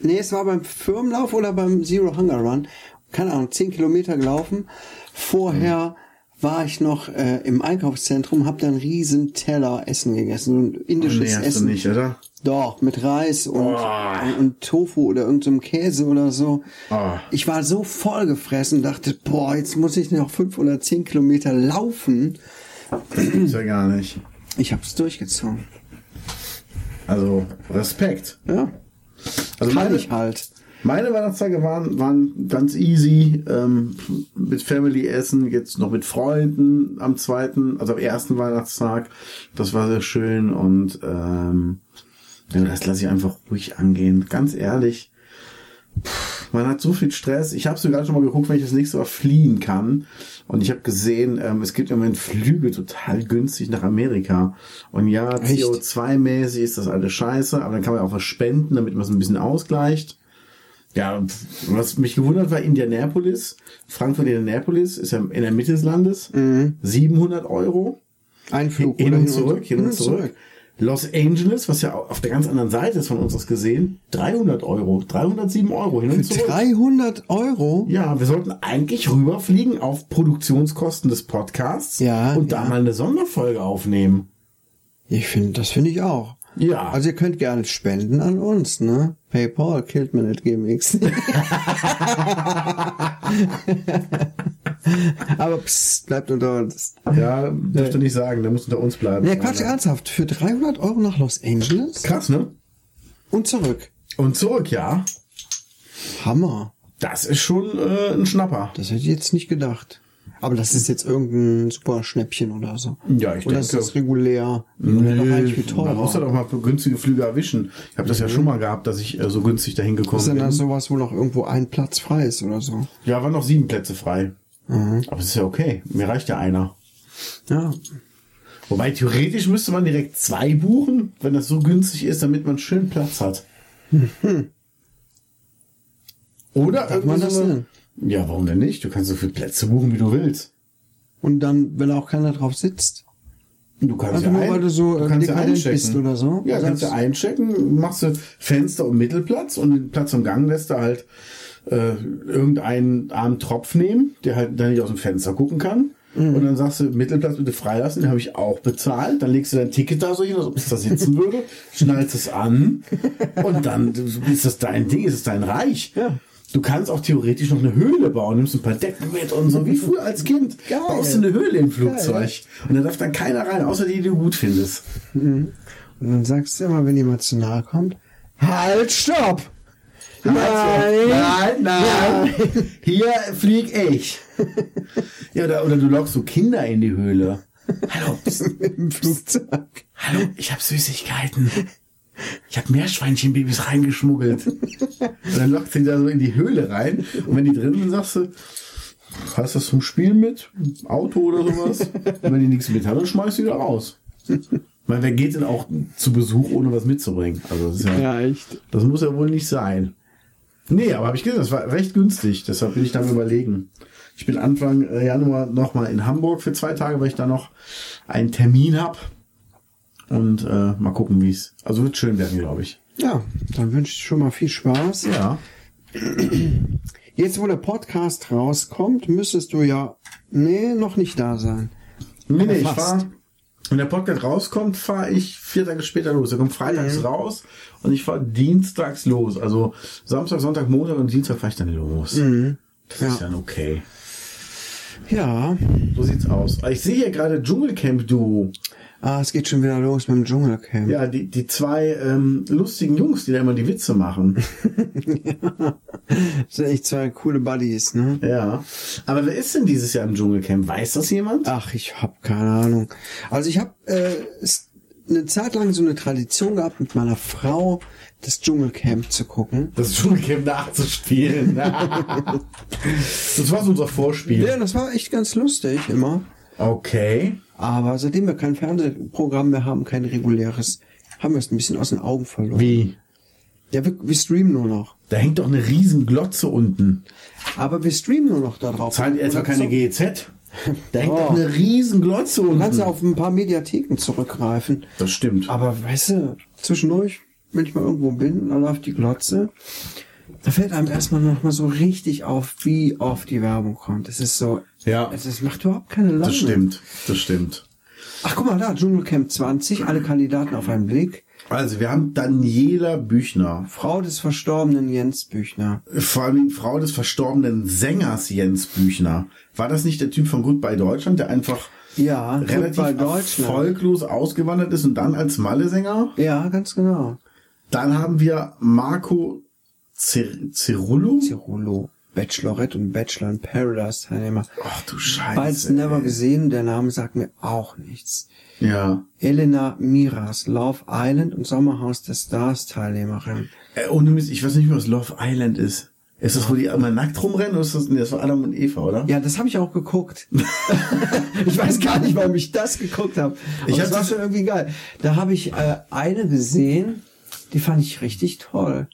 S1: nee, es war beim Firmenlauf oder beim Zero Hunger Run, keine Ahnung, 10 Kilometer gelaufen. Vorher war ich noch äh, im Einkaufszentrum, habe dann riesen Teller Essen gegessen, so ein indisches
S2: Oh, Nee, hast du
S1: Essen.
S2: nicht, oder?
S1: Doch, mit Reis und,
S2: Oh.
S1: und Tofu oder irgendeinem Käse oder so.
S2: Oh.
S1: Ich war so vollgefressen, dachte, boah, jetzt muss ich noch fünf oder zehn Kilometer laufen.
S2: Gibt's ja gar nicht.
S1: Ich habe es durchgezogen.
S2: Also Respekt.
S1: Ja,
S2: Also
S1: kann
S2: meine,
S1: ich halt.
S2: meine Weihnachtstage waren, waren ganz easy. Ähm, mit Family essen, jetzt noch mit Freunden am zweiten, also am ersten Weihnachtstag. Das war sehr schön und ähm, ja, das lasse ich einfach ruhig angehen. Ganz ehrlich. Pff, Man hat so viel Stress. Ich habe sogar schon mal geguckt, wenn ich das nächste Mal fliehen kann. Und ich habe gesehen, ähm, es gibt im Moment Flüge total günstig nach Amerika. Und ja,
S1: Echt?
S2: CO2-mäßig ist das alles scheiße, aber dann kann man ja auch was spenden, damit man es ein bisschen ausgleicht. Ja, pff, was mich gewundert war, Indianapolis, Frankfurt Indianapolis ist ja in der Mitte des Landes, 700 Euro
S1: Ein Flug
S2: hin
S1: oder
S2: und zurück, hin und zurück. Los Angeles, was ja auf der ganz anderen Seite ist von uns aus gesehen, 300 Euro, 307 Euro hin und
S1: Für
S2: zurück.
S1: 300 Euro?
S2: Ja, wir sollten eigentlich rüberfliegen auf Produktionskosten des Podcasts
S1: Ja,
S2: und da
S1: ja.
S2: mal eine Sonderfolge aufnehmen.
S1: Ich finde, das finde ich auch.
S2: Ja.
S1: Also ihr könnt gerne spenden an uns, ne? PayPal killt man nicht GMX. Aber psst, bleibt unter uns.
S2: ja, dürfte nicht sagen, der muss unter uns bleiben.
S1: Ne, Quatsch, ernsthaft. Für 300 Euro nach Los Angeles
S2: Krass, ne?
S1: und zurück.
S2: Und zurück, ja.
S1: Hammer.
S2: Das ist schon äh, ein Schnapper.
S1: Das hätte ich jetzt nicht gedacht. Aber das ist jetzt irgendein super Schnäppchen oder so.
S2: Ja, ich
S1: oder
S2: denke-
S1: ist das regulär? Regulär doch eigentlich viel
S2: man muss ja
S1: teurer.
S2: doch mal günstige Flüge erwischen. Ich habe das ja schon mal gehabt, dass ich äh, so günstig dahin gekommen
S1: Ist denn
S2: bin.
S1: dann sowas, wo noch irgendwo ein Platz frei ist oder so?
S2: Ja, waren noch sieben Plätze frei.
S1: Mhm.
S2: Aber es ist ja okay. Mir reicht ja einer.
S1: Ja.
S2: Wobei theoretisch müsste man direkt zwei buchen, wenn das so günstig ist, damit man schön Platz hat. Oder irgendwie
S1: man das
S2: so eine-
S1: denn?
S2: Ja, warum denn nicht? Du kannst so viele Plätze buchen, wie du willst.
S1: Und dann, wenn auch keiner drauf sitzt.
S2: Du kannst
S1: Also
S2: ja
S1: nur,
S2: ein-
S1: weil du so, äh,
S2: kannst ja
S1: dekadent
S2: einchecken.
S1: bist oder so?
S2: Ja,
S1: Also
S2: kannst du
S1: das-
S2: einchecken, machst du Fenster und Mittelplatz und den Platz im Gang lässt du halt äh, irgendeinen armen Tropf nehmen, der halt dann nicht aus dem Fenster gucken kann.
S1: Mhm.
S2: Und dann sagst du, Mittelplatz bitte freilassen, den habe ich auch bezahlt. Dann legst du dein Ticket da so hin, als ob es da sitzen würde, schnallst es an und dann ist das dein Ding, ist es dein Reich.
S1: Ja.
S2: Du kannst auch theoretisch noch eine Höhle bauen, nimmst ein paar Decken mit und so, wie früher als Kind.
S1: Geil.
S2: Baust du eine Höhle im Flugzeug. Und da darf dann keiner rein, außer die, die du gut findest.
S1: Und dann sagst du immer, wenn jemand zu nahe kommt, halt, stopp! Nein!
S2: nein, nein. Hier flieg ich. Ja, oder, oder du lockst so Kinder in die Höhle. Hallo, psst,
S1: Im Flugzeug.
S2: hallo, ich habe Süßigkeiten. Ich habe Meerschweinchenbabys reingeschmuggelt. Und dann lockst du die da so in die Höhle rein. Und wenn die drin sind, sagst du, hast du das zum Spielen mit? Auto oder sowas? Und wenn die nichts mit haben, dann schmeißt du die da raus. Ich meine, wer geht denn auch zu Besuch, ohne was mitzubringen? Also, das ist ja,
S1: echt.
S2: das muss ja wohl nicht sein. Nee, aber habe ich gesehen, das war recht günstig. Deshalb bin ich dann überlegen. Ich bin Anfang äh, Januar nochmal in Hamburg für zwei Tage, weil ich da noch einen Termin habe. Und äh, mal gucken, wie es. Also wird schön werden, glaube ich.
S1: Ja, dann wünsche ich schon mal viel Spaß.
S2: Ja.
S1: Jetzt, wo der Podcast rauskommt, müsstest du ja, nee, noch nicht da sein.
S2: Nee, nee, ich
S1: fast.
S2: fahr, wenn der Podcast rauskommt, fahre ich vier Tage später los. Er kommt freitags
S1: Mhm.
S2: raus und ich fahre dienstags los. Also Samstag, Sonntag, Montag und Dienstag fahre ich dann los. Das ist
S1: Mhm. Ja.
S2: dann okay.
S1: Ja,
S2: So sieht's aus. Ich sehe hier gerade Dschungelcamp-Duo.
S1: ah, es geht schon wieder los mit dem Dschungelcamp.
S2: Ja, die, die zwei ähm, lustigen Jungs, die da immer die Witze machen.
S1: Das sind echt zwei coole Buddies, ne?
S2: ja. Aber wer ist denn dieses Jahr im Dschungelcamp? Weiß das jemand?
S1: Ach, ich hab keine Ahnung. Also ich hab äh, s- eine Zeit lang so eine Tradition gehabt, mit meiner Frau das Dschungelcamp zu gucken.
S2: Das Dschungelcamp nachzuspielen. das war so unser Vorspiel.
S1: Ja, das war echt ganz lustig immer.
S2: Okay.
S1: Aber seitdem wir kein Fernsehprogramm mehr haben, kein reguläres, haben wir es ein bisschen aus den Augen verloren.
S2: Wie?
S1: Ja, wir, wir streamen nur noch.
S2: Da hängt doch eine riesen Glotze unten.
S1: Aber wir streamen nur noch Also da drauf.
S2: Zahlen die etwa
S1: Oder
S2: keine
S1: so.
S2: GEZ? Da hängt
S1: Oh.
S2: doch eine riesen Glotze
S1: Du kannst
S2: unten.
S1: auf ein paar Mediatheken zurückgreifen.
S2: Das stimmt.
S1: Aber weißt du, zwischendurch, wenn ich mal irgendwo bin, da läuft die Glotze. Da fällt einem erstmal nochmal so richtig auf, wie oft die Werbung kommt. Es ist so,
S2: Ja.
S1: es ist, macht überhaupt keine Laune.
S2: Das stimmt. Das stimmt.
S1: Ach, guck mal da, Dschungelcamp 20, alle Kandidaten auf einen Blick.
S2: Also, wir haben Daniela Büchner.
S1: Frau des verstorbenen Jens Büchner.
S2: Vor allem die Frau des verstorbenen Sängers Jens Büchner. War das nicht der Typ von Goodbye Deutschland, der einfach
S1: Ja,
S2: relativ
S1: Goodbye Deutschland.
S2: erfolglos ausgewandert ist und dann als Malle-Sänger?
S1: Ja, ganz genau.
S2: Dann haben wir Marco Cer Cerullo.
S1: Cirolo, Bachelorette und Bachelor in Paradise Teilnehmer.
S2: Ach du
S1: Beides
S2: Scheiße.
S1: never
S2: ey.
S1: gesehen, der Name sagt mir auch nichts.
S2: Ja.
S1: Elena Miras, Love Island und Sommerhaus der Stars Teilnehmerin.
S2: Äh, ohne Mist, ich weiß nicht mehr, was Love Island ist. Ist das, wo die immer nackt rumrennen? Oder ist das, nee, das war Adam und Eva, oder?
S1: Ja, das habe ich auch geguckt. ich weiß gar nicht, warum ich das geguckt habe.
S2: Ich
S1: Ich
S2: hab
S1: das war
S2: das-
S1: schon irgendwie geil. Da habe ich äh, eine gesehen, die fand ich richtig toll.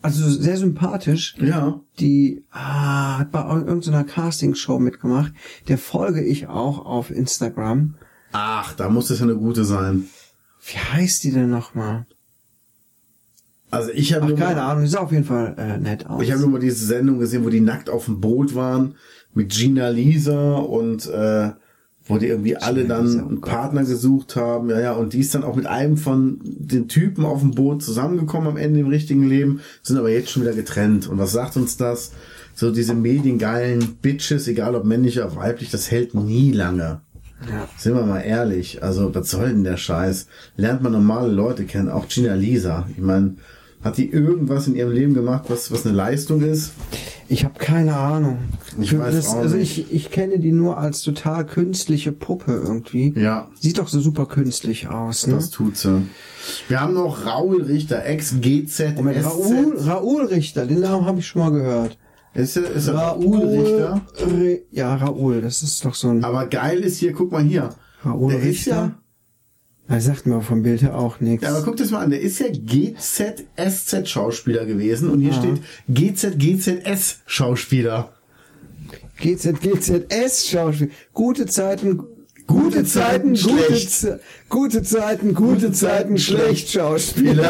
S1: Also sehr sympathisch.
S2: Ja.
S1: Die ah, hat bei ir- irgendeiner Castingshow mitgemacht. Der folge ich auch auf Instagram.
S2: Ach, da muss das ja eine gute sein.
S1: Wie heißt die denn nochmal?
S2: Also ich habe
S1: Ach,
S2: nur,
S1: keine
S2: mal-
S1: Ahnung, die sah auf jeden Fall äh, nett aus.
S2: ich habe nur mal diese Sendung gesehen, wo die nackt auf dem Boot waren mit Gina Lisa und äh, wo die irgendwie alle
S1: Gina
S2: dann
S1: Lisa, oh
S2: einen
S1: Gott.
S2: Partner gesucht haben. Ja, ja, und die ist dann auch mit einem von den Typen auf dem Boot zusammengekommen am Ende im richtigen Leben, sind aber jetzt schon wieder getrennt. Und was sagt uns das? So diese mediengeilen Bitches, egal ob männlich oder weiblich, das hält nie lange.
S1: ja.
S2: Sind wir mal ehrlich, also was soll denn der Scheiß? Lernt man normale Leute kennen, auch Gina Lisa. Ich meine, hat die irgendwas in ihrem Leben gemacht, was, was eine Leistung ist?
S1: Ich habe keine Ahnung.
S2: Ich weiß
S1: das,
S2: auch
S1: also
S2: nicht.
S1: ich, ich kenne die nur als total künstliche Puppe irgendwie.
S2: Ja.
S1: Sieht doch so super künstlich aus, ne?
S2: Das tut sie. Wir haben noch Raul Richter, ex-GZ.
S1: Moment, Raoul, Raoul Richter, den Namen habe ich schon mal gehört.
S2: Ist er, ist er Raoul Richter?
S1: Ri- ja, Raoul, das ist doch so ein
S2: Aber geil ist hier, guck mal hier.
S1: Raoul
S2: der ist ja-
S1: Richter. Er sagt mir vom Bild her auch nichts.
S2: Ja, aber guck das mal an, der ist ja GZSZ-Schauspieler gewesen und hier steht GZGZS-Schauspieler.
S1: GZ, GZS Schauspiel. Gute Zeiten,
S2: Gute Zeiten,
S1: gute,
S2: schlecht.
S1: Ze- gute Zeiten, gute Zeiten, schlecht Schauspiel.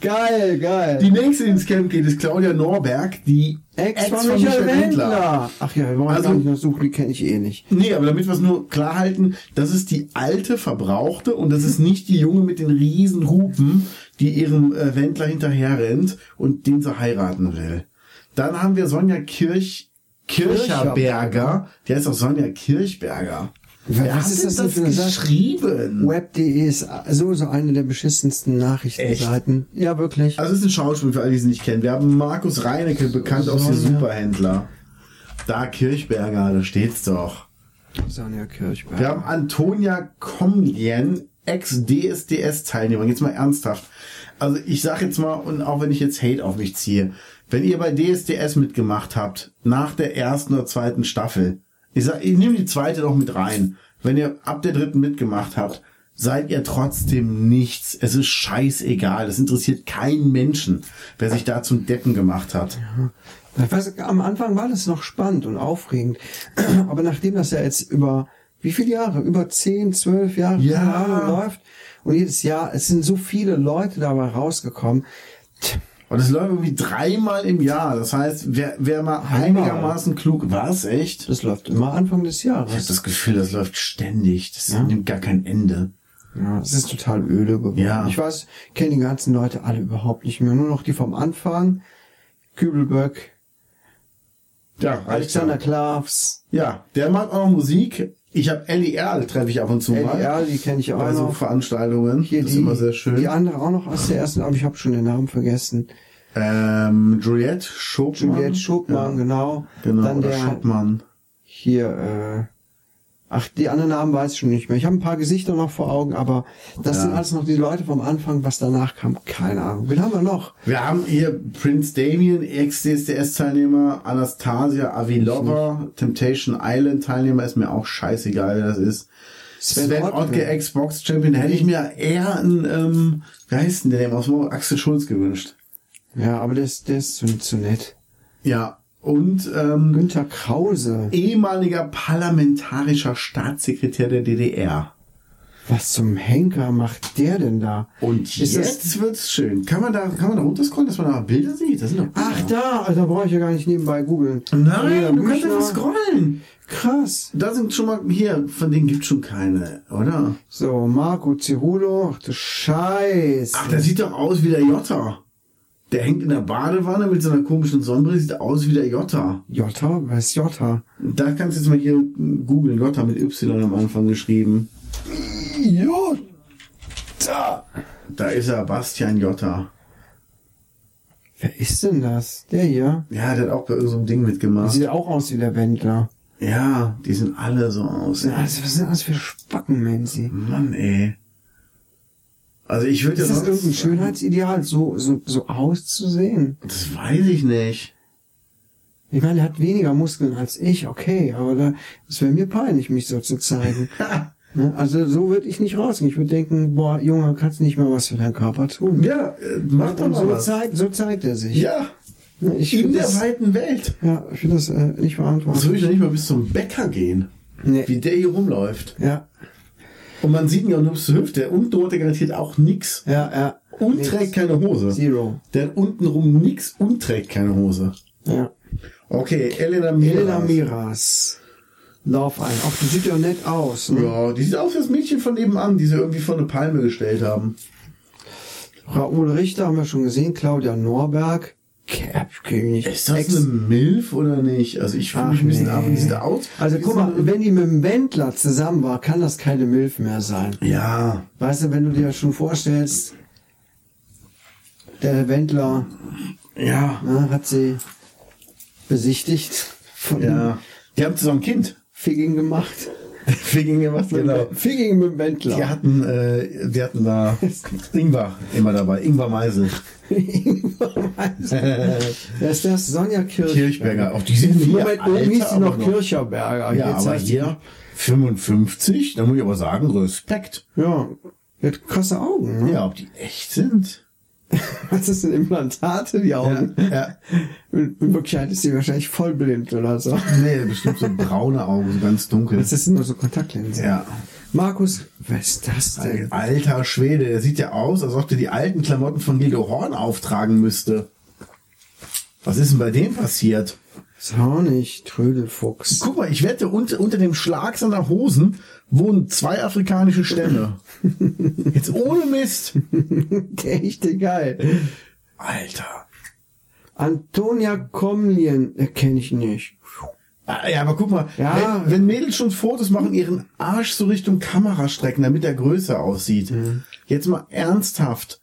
S1: Geil, geil.
S2: Die nächste, die ins Camp geht, ist Claudia Norberg, die
S1: Ex von Michael Wendler. Ach ja, wir wollen
S2: Also-
S1: gar nicht noch suchen, die kenne ich eh nicht.
S2: Nee, aber damit wir es nur klar halten, das ist die alte Verbrauchte und das ist
S1: Mhm.
S2: nicht die Junge mit den riesen Hupen, die ihrem äh, Wendler hinterher rennt und den sie heiraten will. Dann haben wir Sonja Kirch, Kircherberger. Die heißt auch Sonja Kirchberger.
S1: Ja,
S2: Wer
S1: was
S2: hat
S1: ist
S2: denn
S1: das denn für eine Sache?
S2: geschrieben?
S1: Web.de ist so, so eine der beschissensten Nachrichtenseiten. Ja, wirklich.
S2: Also es ist ein Schauspiel für alle, die es nicht kennen. Wir haben Markus Reinecke, bekannt aus dem
S1: Sonja.
S2: Superhändler. Da Kirchberger, da steht's doch.
S1: Sonja Kirchberg.
S2: Wir haben Antonia Comlien, Ex-DSDS-Teilnehmer. Jetzt mal ernsthaft. Also ich sag jetzt mal, und auch wenn ich jetzt Hate auf mich ziehe, wenn ihr bei DSDS mitgemacht habt, nach der ersten oder zweiten Staffel, ich sag, ich nehme die zweite noch mit rein. Wenn ihr ab der dritten mitgemacht habt, seid ihr trotzdem nichts. Es ist scheißegal. Das interessiert keinen Menschen, wer sich da zum Deppen gemacht hat.
S1: Ich weiß, am Anfang war das noch spannend und aufregend. Aber nachdem das ja jetzt über wie viele Jahre? Über 10, 12 Jahre
S2: Ja.
S1: keine Ahnung, läuft. Und jedes Jahr, es sind so viele Leute dabei rausgekommen. Tch,
S2: Und es läuft irgendwie dreimal im Jahr. Das heißt, wer, wer mal
S1: Einmal.
S2: einigermaßen klug war, ist echt.
S1: Das läuft immer Anfang des
S2: Ich habe
S1: Jahres.
S2: das Gefühl, das läuft ständig. Das nimmt gar kein Ende.
S1: Ja, es ist total öde geworden.
S2: Ja.
S1: Ich weiß, ich kenne die ganzen Leute alle überhaupt nicht mehr. Nur noch die vom Anfang. Kübelböck,
S2: Ja,
S1: Alexander Klavs,
S2: Ja, der macht auch noch Musik. Ich habe Ellie Erl, treffe ich ab und zu mal.
S1: LDR, die kenne ich auch
S2: bei so
S1: noch.
S2: Veranstaltungen.
S1: Hier
S2: das
S1: die,
S2: ist immer sehr schön.
S1: die andere auch noch aus der ersten, aber ich habe schon den Namen vergessen.
S2: Ähm, Juliette Schopmann.
S1: Juliette Schubmann,
S2: ja,
S1: genau.
S2: genau.
S1: Dann
S2: oder
S1: der
S2: Schoppmann.
S1: hier, äh, ach, die anderen Namen weiß ich schon nicht mehr. Ich habe ein paar Gesichter noch vor Augen, aber das
S2: Ja.
S1: sind alles noch die Leute vom Anfang, was danach kam, keine Ahnung. Wen haben wir noch?
S2: Wir haben hier Prince Damien, Ex-DSDS-Teilnehmer, Anastasia Avilova, Temptation Island-Teilnehmer, ist mir auch scheißegal, wer das ist. Sven,
S1: Sven Ottke.
S2: Ottke, Xbox-Champion, hätte ich mir eher einen, ähm, wie heißt denn der Name aus dem Axel Schulz gewünscht.
S1: Ja, aber der ist, der ist zu, zu nett.
S2: Ja, und ähm,
S1: Günter Krause.
S2: ehemaliger parlamentarischer Staatssekretär der DDR.
S1: Was zum Henker macht der denn da?
S2: Und
S1: Ist das-
S2: jetzt wird's schön. Kann man da, kann man da runterscrollen, dass man da mal Bilder sieht? Das sind doch
S1: Ach da, also da brauche ich ja gar nicht nebenbei googeln. Lena
S2: Nein, du kannst
S1: Büchner.
S2: einfach scrollen.
S1: Krass.
S2: Da sind schon mal hier, von denen gibt's schon keine, oder?
S1: So, Marco Cerulo. Ach du Scheiße.
S2: Ach, der sieht doch aus wie der Jotta. Der hängt in der Badewanne mit so einer komischen Sonnenbrille, sieht aus wie der Jotta.
S1: Jota? Was ist Jota?
S2: Da kannst du jetzt mal hier googeln, Jotta mit Y am Anfang geschrieben.
S1: Jota.
S2: Da ist er, Bastian Jotta.
S1: Wer ist denn das? Der hier?
S2: Ja, der hat auch bei irgendeinem Ding mitgemacht.
S1: Sieht auch aus wie der Wendler.
S2: Ja, die sind alle so aus.
S1: Ja, das, was sind das für Spacken, Menzi?
S2: Mann, ey. Also ich würde
S1: Ist das
S2: sonst-
S1: irgendein Schönheitsideal, so, so, so auszusehen?
S2: Das weiß ich nicht.
S1: Ich meine, er hat weniger Muskeln als ich, okay, aber da, es wäre mir peinlich, mich so zu zeigen. Ne? Also so würde ich nicht rausgehen. Ich würde denken, boah, Junge, kannst nicht mehr was für deinen Körper tun.
S2: Ja, äh, mach doch
S1: Und
S2: mal
S1: so,
S2: was.
S1: zeigt, so zeigt er sich.
S2: Ja,
S1: ich
S2: in
S1: finde
S2: der
S1: das,
S2: weiten Welt.
S1: ja, ich finde das äh, nicht
S2: Sonst
S1: verantwortlich.
S2: würde ich doch nicht mal bis zum Bäcker gehen.
S1: Nee.
S2: Wie der hier rumläuft.
S1: Ja.
S2: Und man sieht ihn ja nur bis zur Hüfte. Und droht er garantiert auch nix.
S1: Ja, ja.
S2: Und
S1: Nix.
S2: trägt keine Hose.
S1: Zero.
S2: Der hat untenrum nix und trägt keine Hose.
S1: Ja.
S2: Okay, Elena
S1: Elena
S2: Mira.
S1: Miras. Lauf ein. Auch die sieht ja nett aus. Ne?
S2: Ja, die sieht aus wie das Mädchen von nebenan, die sie irgendwie vor eine Palme gestellt haben.
S1: Raoul Richter haben wir schon gesehen. Claudia Norberg. Kerbkönig.
S2: Ist das
S1: Ex-
S2: eine Milf oder nicht? Also ich fühle
S1: Ach,
S2: mich ein bisschen
S1: nee.
S2: ab, wie sieht aus?
S1: Also
S2: Wie
S1: guck
S2: so
S1: mal,
S2: eine-
S1: wenn die mit dem Wendler zusammen war, kann das keine Milf mehr sein.
S2: Ja,
S1: Weißt du, wenn du dir das schon vorstellst, der Wendler
S2: ja,
S1: ne, hat sie besichtigt von dem
S2: ja. Die haben zusammen ein Kind.
S1: Figging gemacht.
S2: Wegen gemacht, genau.
S1: Figging mit dem Wendler.
S2: Die hatten, äh, die hatten da Ingwer immer dabei, Ingwer Meisel.
S1: Wer ist das? Sonja Kirch.
S2: Kirchberger, auch die sind viel
S1: Moment, oben hieß sie
S2: aber
S1: noch
S2: noch-
S1: Kircherberger.
S2: Ja,
S1: Jetzt
S2: aber
S1: heißt
S2: hier 55, da muss ich aber sagen, Respekt.
S1: die- Ja, die hat krasse Augen. Ne?
S2: Ja, ob die echt sind.
S1: Was ist denn Implantate, die Augen?
S2: ja.
S1: In, in Wirklichkeit halt, ist sie wahrscheinlich vollblind oder so.
S2: Nee, bestimmt so braune Augen, so ganz dunkel.
S1: Das ist nur so Kontaktlinsen.
S2: Ja.
S1: Markus, wer ist das denn?
S2: Alter Schwede, der sieht ja aus, als ob der die alten Klamotten von Guido Horn auftragen müsste. Was ist denn bei dem passiert?
S1: Ist auch nicht Trödelfuchs.
S2: Guck mal, ich wette, unter, unter dem Schlag seiner Hosen wohnen zwei afrikanische Stämme. Jetzt ohne Mist.
S1: Echt geil.
S2: Alter.
S1: Antonia Komlien, äh, kenne ich nicht.
S2: Ah, Ja, aber guck mal,
S1: Ja.
S2: wenn, wenn Mädels schon Fotos machen, ihren Arsch so Richtung Kamera strecken, damit er größer aussieht. Jetzt mal ernsthaft.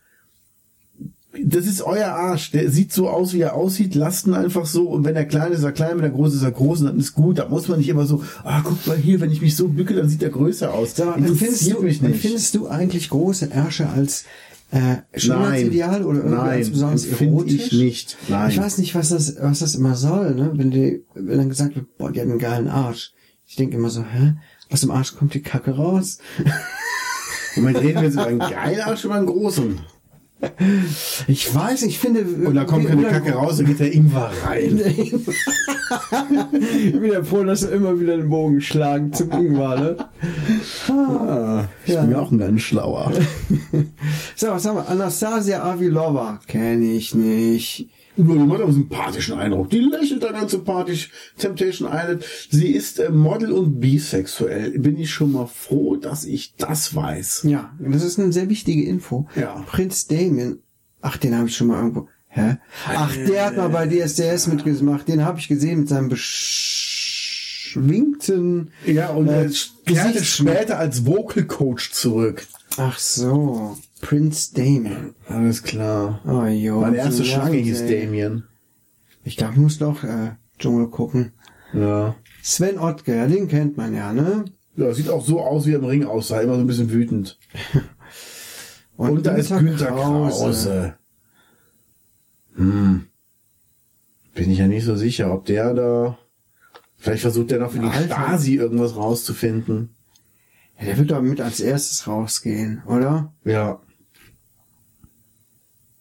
S2: Das ist euer Arsch. Der sieht so aus, wie er aussieht. Lasst ihn einfach so. Und wenn er klein ist, ist er klein. Wenn er groß ist, ist er groß. Und dann ist gut. Da muss man nicht immer so, ah, guck mal hier, wenn ich mich so bücke, dann sieht er größer aus.
S1: Sag mal, empfindest, du, empfindest du eigentlich große Ärsche als äh, Schönheitsideal oder irgendwie
S2: nein,
S1: als besonders
S2: empfinde
S1: erotisch?
S2: ich nicht. Nein.
S1: Ich weiß nicht, was das, was das immer soll, ne? Wenn die, wenn dann gesagt wird, boah, die hat einen geilen Arsch. Ich denke immer so, hä? Aus dem Arsch kommt die Kacke raus.
S2: Moment, reden wir jetzt über einen geilen Arsch oder einen großen?
S1: Ich weiß, ich finde. äh,
S2: Und da kommt keine Kacke raus, da geht der Ingwer rein.
S1: ich bin ja froh, dass wir immer wieder den Bogen schlagen zum Ingwer, ne?
S2: Ah, Ich bin ja auch ein ganz schlauer.
S1: So, was haben wir? Anastasia Avilova. Kenne ich nicht.
S2: Nur die macht aber sympathischen Eindruck. Die lächelt da ganz sympathisch. Temptation Island. Sie ist äh, Model und bisexuell. Bin ich schon mal froh, dass ich das weiß.
S1: Ja, das ist eine sehr wichtige Info.
S2: Ja.
S1: Prinz Damien. Ach, den habe ich schon mal irgendwo. Hä? Ach, der hat mal bei DSDS mitgemacht. Den habe ich gesehen mit seinem beschwingten.
S2: Ja, und
S1: Äh,
S2: äh, kehrte
S1: Gesichts-
S2: später als Vocal Coach zurück.
S1: Ach so, Prinz Damien.
S2: Alles klar.
S1: Oh jo.
S2: Meine erste
S1: so
S2: Schlange
S1: nervig,
S2: hieß
S1: ey.
S2: Damien.
S1: Ich glaube, ich muss doch äh, Dschungel gucken.
S2: Ja.
S1: Sven Ottger, den kennt man ja, ne?
S2: Ja, sieht auch so aus, wie er im Ring aussah. Immer so ein bisschen wütend. Und, da ist Günter Krause. Hm. Bin ich ja nicht so sicher, ob der da. Vielleicht versucht der noch für die
S1: Alter.
S2: Stasi irgendwas rauszufinden.
S1: Ja, der wird doch mit als erstes rausgehen, oder?
S2: Ja.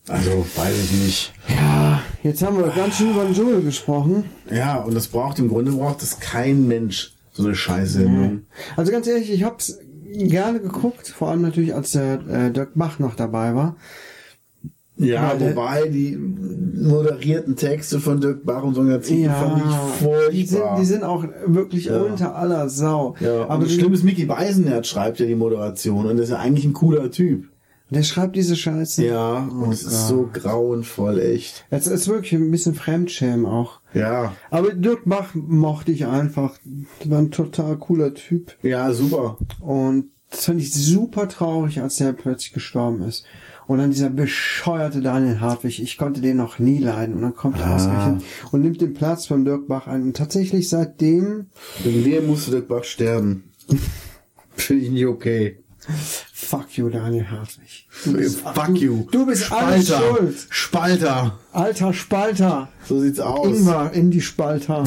S2: Also, weiß ich nicht.
S1: Ja, jetzt haben wir ganz schön über den Dschungel gesprochen.
S2: Ja, und das braucht im Grunde braucht es kein Mensch. So eine Scheiße. ne?
S1: Also ganz ehrlich, ich hab's gerne geguckt, vor allem natürlich, als der äh, Dirk Bach noch dabei war.
S2: Ja,
S1: Ja, der-
S2: wobei die moderierten Texte von Dirk Bach und Sonja Zieten fand ich
S1: die sind,
S2: furchtbar.
S1: die sind auch wirklich
S2: Ja.
S1: unter aller Sau.
S2: ja,
S1: Aber
S2: aber
S1: die-
S2: schlimm ist, Mickey Beisenherz schreibt ja die Moderation und ist ja eigentlich ein cooler Typ.
S1: der schreibt diese Scheiße.
S2: Ja,
S1: Oh
S2: und es ist so grauenvoll, echt.
S1: Es ist wirklich ein bisschen Fremdschämen auch.
S2: Ja,
S1: Aber Dirk Bach mochte ich einfach. Der war ein total cooler Typ.
S2: ja, super.
S1: Und das fand ich super traurig, als der plötzlich gestorben ist. Und dann dieser bescheuerte Daniel Hartwig, ich konnte den noch nie leiden. Und dann kommt
S2: Ah.
S1: er ausgerechnet und nimmt den Platz von Dirk Bach ein. Und tatsächlich seitdem
S2: Wegen dem musste Dirk Bach sterben. Finde ich nicht okay. Äh,
S1: Fuck you, Daniel Hartwig.
S2: Fuck you.
S1: Du bist alles schuld.
S2: Spalter.
S1: Alter Spalter.
S2: So sieht's aus.
S1: Ingmar in die Spalter.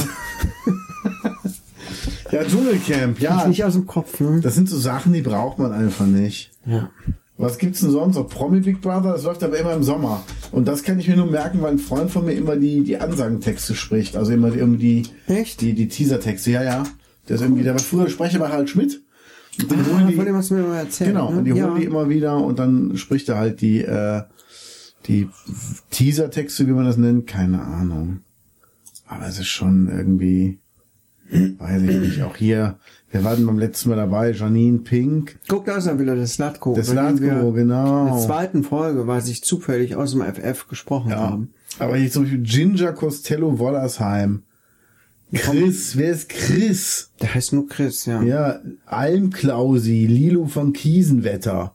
S2: Ja, Dschungelcamp,
S1: Ist
S2: ja.
S1: nicht aus dem Kopf, ne?
S2: Das sind so Sachen, die braucht man einfach nicht.
S1: Ja.
S2: Was gibt's denn sonst noch? Promi Big Brother, das läuft aber immer im Sommer. Und das kann ich mir nur merken, weil ein Freund von mir immer die, die Ansagentexte spricht. Also immer die, irgendwie die,
S1: Echt?
S2: die, die Teasertexte. Ja, ja. Der ist irgendwie, der war früher Sprecher bei Harald Schmidt. Und dann
S1: Ah,
S2: holen die,
S1: von dem hast du mir mal erzählt.
S2: genau,
S1: ne?
S2: und die holen
S1: ja.
S2: die immer wieder und dann spricht er halt die, äh, die Teaser-Texte, wie man das nennt, keine Ahnung. Aber es ist schon irgendwie, weiß ich nicht, auch hier, wir waren beim letzten Mal dabei, Janine Pink,
S1: Guck, da ist er wieder, das Latko.
S2: das
S1: Über den wir
S2: Latko,
S1: In der
S2: genau.
S1: zweiten Folge, weil sich zufällig aus dem FF gesprochen
S2: Ja.
S1: haben.
S2: Ähm, Aber hier zum Beispiel Ginger Costello Wollersheim. Chris, wer ist Chris?
S1: Der heißt nur Chris, ja.
S2: Ja, Almklausi, Lilo von Kiesenwetter,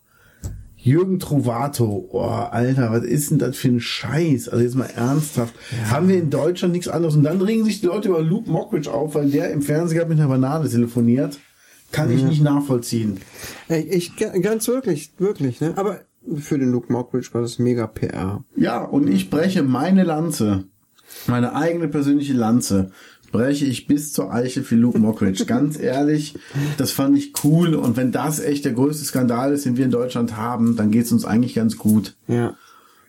S2: Jürgen Trovato. Oh, Alter, was ist denn das für ein Scheiß? Also jetzt mal ernsthaft. Haben wir in Deutschland nichts anderes? Und dann regen sich die Leute über Luke Mockridge auf, weil der im Fernsehen gerade mit einer Banane telefoniert. Kann ich nicht nachvollziehen.
S1: Ey, ich, ganz wirklich, wirklich, ne? Aber für den Luke Mockridge war das mega PR.
S2: Ja, und ich breche meine Lanze, meine eigene persönliche Lanze, breche ich bis zur Eiche für Luke Mockridge. Ganz ehrlich, das fand ich cool. Und wenn das echt der größte Skandal ist, den wir in Deutschland haben, dann geht's uns eigentlich ganz gut.
S1: Ja.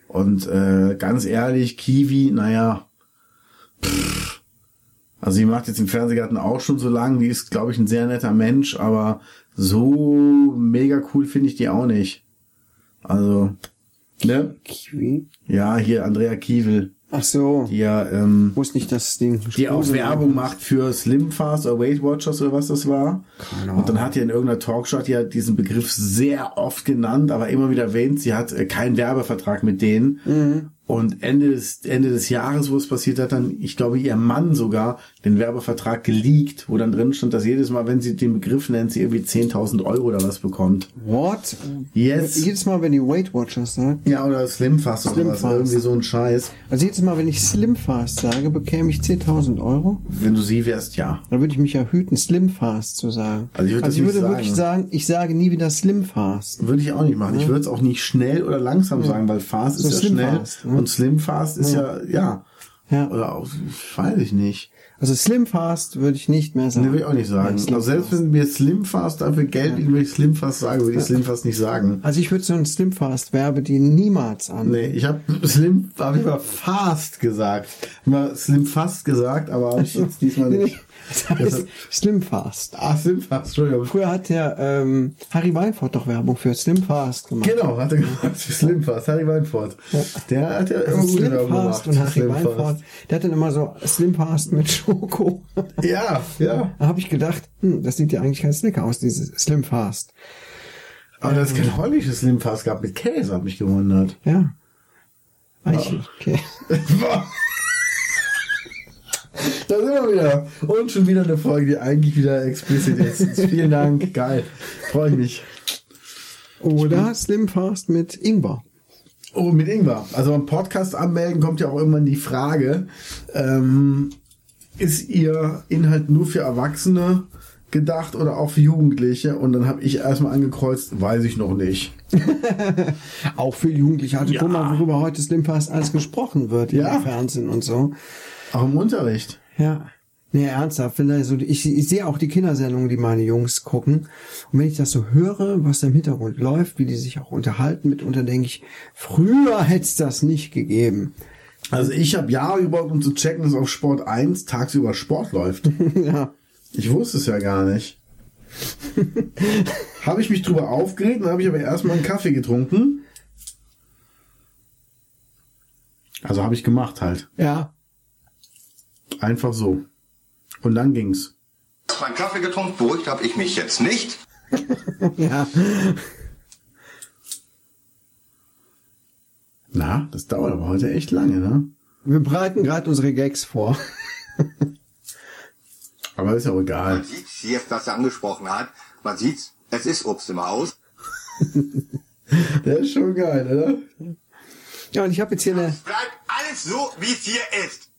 S2: Und äh, ganz ehrlich, Kiwi, naja. pff. Also sie macht jetzt im Fernsehgarten auch schon so lang. Die ist, glaube ich, ein sehr netter Mensch, aber so mega cool finde ich die auch nicht. Also, ne?
S1: Kiwi?
S2: Ja, hier Andrea Kiewel,
S1: Ach so.
S2: die ja, ähm,
S1: Muss nicht das Ding.
S2: die auch Werbung macht für Slimfast oder Weight Watchers oder was das war.
S1: Keine
S2: Und dann hat die in irgendeiner Talkshow hat die hat diesen Begriff sehr oft genannt, aber immer wieder erwähnt, sie hat äh, keinen Werbevertrag mit denen. Und Ende des, Ende des Jahres, wo es passiert hat, dann, ich glaube, ihr Mann sogar den Werbevertrag geleakt, wo dann drin stand, dass jedes Mal, wenn sie den Begriff nennt, sie irgendwie 10.000 Euro oder was bekommt.
S1: What?
S2: Yes.
S1: Jedes Mal, wenn die Weight Watchers sagen,
S2: Ja, oder Slimfast oder was, ne?
S1: Slimfast.
S2: irgendwie so ein Scheiß.
S1: also jedes Mal, wenn ich Slimfast sage, bekäme ich 10.000 Euro.
S2: Wenn du sie wärst, ja.
S1: Dann würde ich mich ja hüten, Slimfast zu sagen.
S2: Also ich würde das nicht
S1: wirklich sagen, ich sage nie wieder Slimfast.
S2: Würde ich auch nicht machen. Ich würde es auch nicht schnell oder langsam sagen, weil Fast
S1: So
S2: ist ja
S1: Slim
S2: schnell
S1: Fast, ne?
S2: und Slim Fast ist ja, ja.
S1: Ja.
S2: Oder auch, weiß ich nicht.
S1: Also Slimfast würde ich nicht mehr
S2: Ne,
S1: sagen.
S2: würde ich auch nicht sagen.
S1: Slim
S2: also selbst wenn mir Slim Fast dafür Geld liegt, wenn ich Slim Fast sage, würde ich Slim Fast nicht sagen.
S1: Also ich würde so ein Slimfast werbe die niemals an.
S2: Nee, ich habe Slim, habe ich mal Fast gesagt. Immer Slim Fast gesagt, aber hab ich jetzt diesmal nicht.
S1: Das heißt Slimfast.
S2: Ah, Slim Fast, Entschuldigung.
S1: Früher hat der ähm, Harry Weinfurt doch Werbung für Slimfast gemacht.
S2: Genau, hat er gemacht. Slim Fast, Harry Weinfurt. Der hat ja immer
S1: Also
S2: gute Genau, Werbung
S1: Slimfast
S2: gemacht.
S1: und Harry
S2: Slim Fast.
S1: Weinfurt. Der hat dann immer so Slimfast mit Schoko.
S2: Ja, ja.
S1: Da habe ich gedacht, hm, das sieht ja eigentlich ganz lecker aus, dieses Slimfast.
S2: Aber dass es kein holländisches Limfast gab mit Käse, hat mich gewundert.
S1: Ja. Eichel. Okay.
S2: da sind wir wieder. Und schon wieder eine Folge, die eigentlich wieder explizit ist. Vielen Dank. Geil. Freue mich.
S1: Oder Slimfast mit Ingwer.
S2: Oh, mit Ingwer. Also beim Podcast anmelden kommt ja auch irgendwann die Frage, ähm, ist ihr Inhalt nur für Erwachsene gedacht oder auch für Jugendliche? Und dann habe ich erstmal angekreuzt, weiß ich noch nicht.
S1: Auch für Jugendliche. Also
S2: Ja.
S1: guck mal, worüber heute Slimfast alles gesprochen wird
S2: Ja.
S1: im Fernsehen und so.
S2: Auch im Unterricht.
S1: Ja. Nee, ernsthaft. Wenn da so, ich, ich sehe auch die Kindersendungen, die meine Jungs gucken. Und wenn ich das so höre, was da im Hintergrund läuft, wie die sich auch unterhalten mitunter, denke ich, früher hätte es das nicht gegeben.
S2: Also ich habe Jahre gebraucht, um zu checken, dass auf Sport 1 tagsüber Sport läuft.
S1: ja.
S2: Ich wusste es ja gar nicht. habe ich mich drüber aufgeregt, dann habe ich aber erstmal einen Kaffee getrunken. Also habe ich gemacht halt.
S1: Ja.
S2: Einfach so. Und dann ging's.
S3: meinen Kaffee getrunken, beruhigt habe ich mich jetzt nicht.
S1: Ja.
S2: Na, das dauert aber heute echt lange, ne?
S1: Wir bereiten gerade unsere Gags vor.
S2: Aber ist ja auch egal.
S3: Man sieht jetzt, dass er angesprochen hat. Man sieht, es ist Obst im Haus.
S2: Der ist schon geil, oder?
S1: Ja, und ich habe jetzt hier eine,
S3: Bleibt alles so, wie es hier ist.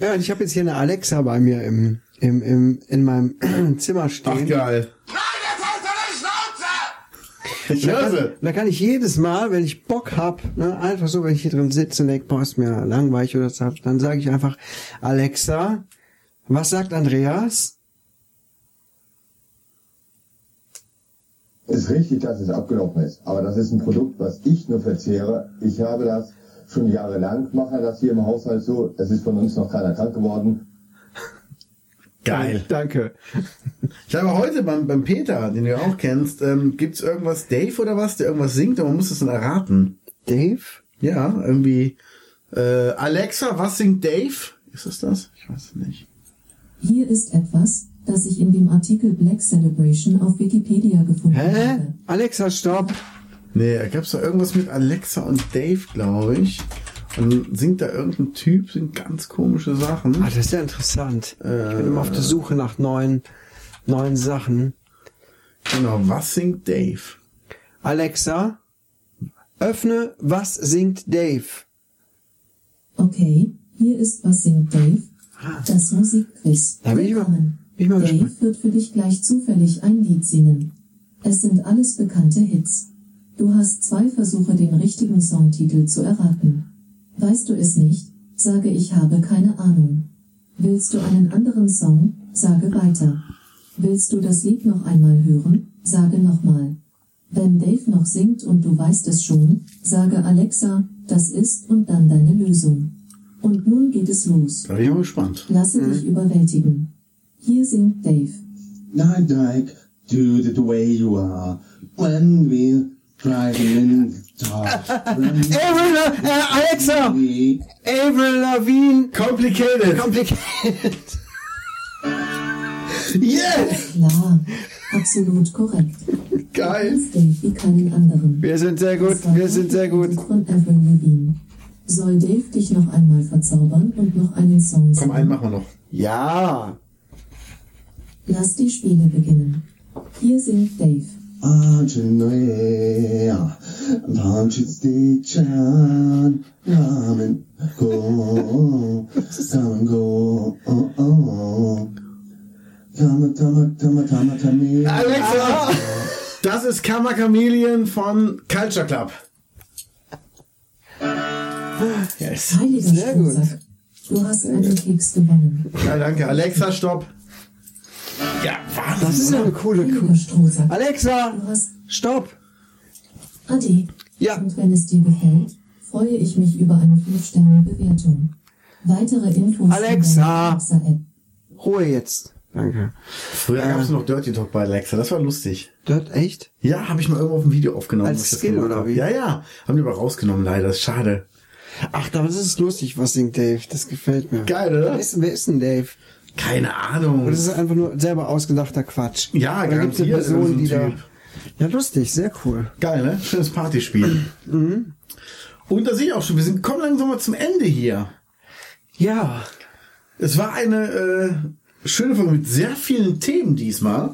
S1: ja, und ich habe jetzt hier eine Alexa bei mir im, im, im, in meinem Zimmer
S2: Ach,
S1: stehen.
S2: geil.
S3: Nein, jetzt hast du eine Schnauze!
S2: Schnauze!
S1: Da kann ich jedes Mal, wenn ich Bock hab, ne, einfach so, wenn ich hier drin sitze und denke, boah, ist mir langweilig oder so, dann sage ich einfach, Alexa, was sagt Andreas?
S4: ist richtig, dass es abgelaufen ist, aber das ist ein Produkt, was ich nur verzehre. Ich habe das schon jahrelang, mache das hier im Haushalt so. Es ist von uns noch keiner krank geworden.
S2: Geil.
S1: Danke.
S2: Ich habe heute beim, beim Peter, den du ja auch kennst, ähm, gibt's irgendwas, Dave oder was, der irgendwas singt, aber man muss es dann erraten.
S1: Dave?
S2: Ja, irgendwie. Äh, Alexa, was singt Dave? Ist es das? Ich weiß es nicht.
S5: Hier ist etwas, das ich in dem Artikel Black Celebration auf Wikipedia gefunden
S1: Hä?
S5: habe.
S1: Alexa, stopp.
S2: Nee, da gab's doch irgendwas mit Alexa und Dave, glaube ich. Und singt da irgendein Typ, sind ganz komische Sachen.
S1: Ah, das ist ja interessant. ich bin immer auf der Suche nach neuen, neuen Sachen.
S2: Genau, was singt Dave?
S1: Alexa, öffne, was singt Dave?
S5: Okay, hier ist was singt Dave. Das Musikquiz.
S1: Ah. Da bin ich mal-
S5: Willkommen.
S1: bin ich mal
S5: Dave
S1: gespannt.
S5: wird für dich gleich zufällig ein Lied singen. Es sind alles bekannte Hits. Du hast zwei Versuche, den richtigen Songtitel zu erraten. Weißt du es nicht, sage ich habe keine Ahnung. Willst du einen anderen Song, sage weiter. Willst du das Lied noch einmal hören, sage nochmal. Wenn Dave noch singt und du weißt es schon, sage Alexa, das ist und dann deine Lösung. Und nun geht es los.
S2: Da bin ich mal gespannt.
S5: Lasse dich überwältigen. Hier singt Dave.
S4: Nein, Dyke, do it the way you are. When we're driving in the dark. When
S1: Avril, La- äh, Alexa!
S4: we
S1: Avril Lavigne!
S2: Complicated!
S1: Complicated!
S2: Yes!
S5: Klar, absolut korrekt.
S2: Geil!
S5: Dave wie keinen anderen.
S1: Wir sind sehr gut, wir sind sehr gut.
S5: Von Avril Lavigne. Soll Dave dich noch einmal verzaubern und noch einen Song
S2: Komm,
S5: singen?
S2: einen machen wir noch.
S1: Ja!
S5: Lass die Spiele beginnen. Hier singt Dave.
S4: Angelina, Punches the child, come and go, come and go, oh, oh. Come, and come, and come, and come, and come, here.
S2: Alexa! Das ist Kammer Chameleon von Culture Club. Yes.
S5: Heiliger
S1: Sehr gut.
S5: Strohsack. Du hast einen Keks gewonnen.
S2: Ja, danke. Alexa, stopp. Ja, Wahnsinn.
S1: Das ist ja eine coole
S5: Heiliger
S1: Kuh.
S5: Strohsack. Du
S1: Alexa!
S5: hast
S1: Stopp!
S5: Ade.
S1: Ja.
S5: Und wenn es dir gefällt, freue ich mich über eine 5-Sterne-Bewertung. Weitere Infos
S1: Alexa.
S5: in der Alexa-App.
S1: Ruhe jetzt. Danke.
S2: Früher gab es noch Dirty Talk bei Alexa. Das war lustig.
S1: Dort echt?
S2: Ja, habe ich mal irgendwo auf dem Video aufgenommen.
S1: Als
S2: was ich das
S1: Skill
S2: gemacht
S1: oder
S2: hab.
S1: wie?
S2: Ja, ja. Haben die aber rausgenommen, leider. Ist schade.
S1: Ach, das ist lustig, was singt Dave. Das gefällt mir.
S2: Geil, oder?
S1: Wer ist, wer ist denn Dave?
S2: Keine
S1: Und
S2: Ahnung.
S1: das ist einfach nur selber ausgedachter Quatsch.
S2: Ja,
S1: Und dann gibt's eine
S2: garantiert
S1: Person, die da.
S2: irgendein Typ.
S1: Ja, lustig, sehr cool.
S2: Geil, ne? Schönes Partyspiel.
S1: Mhm.
S2: Und da sehe ich auch schon, wir sind, kommen langsam mal zum Ende hier.
S1: Ja.
S2: Es war eine äh, schöne Folge mit sehr vielen Themen diesmal.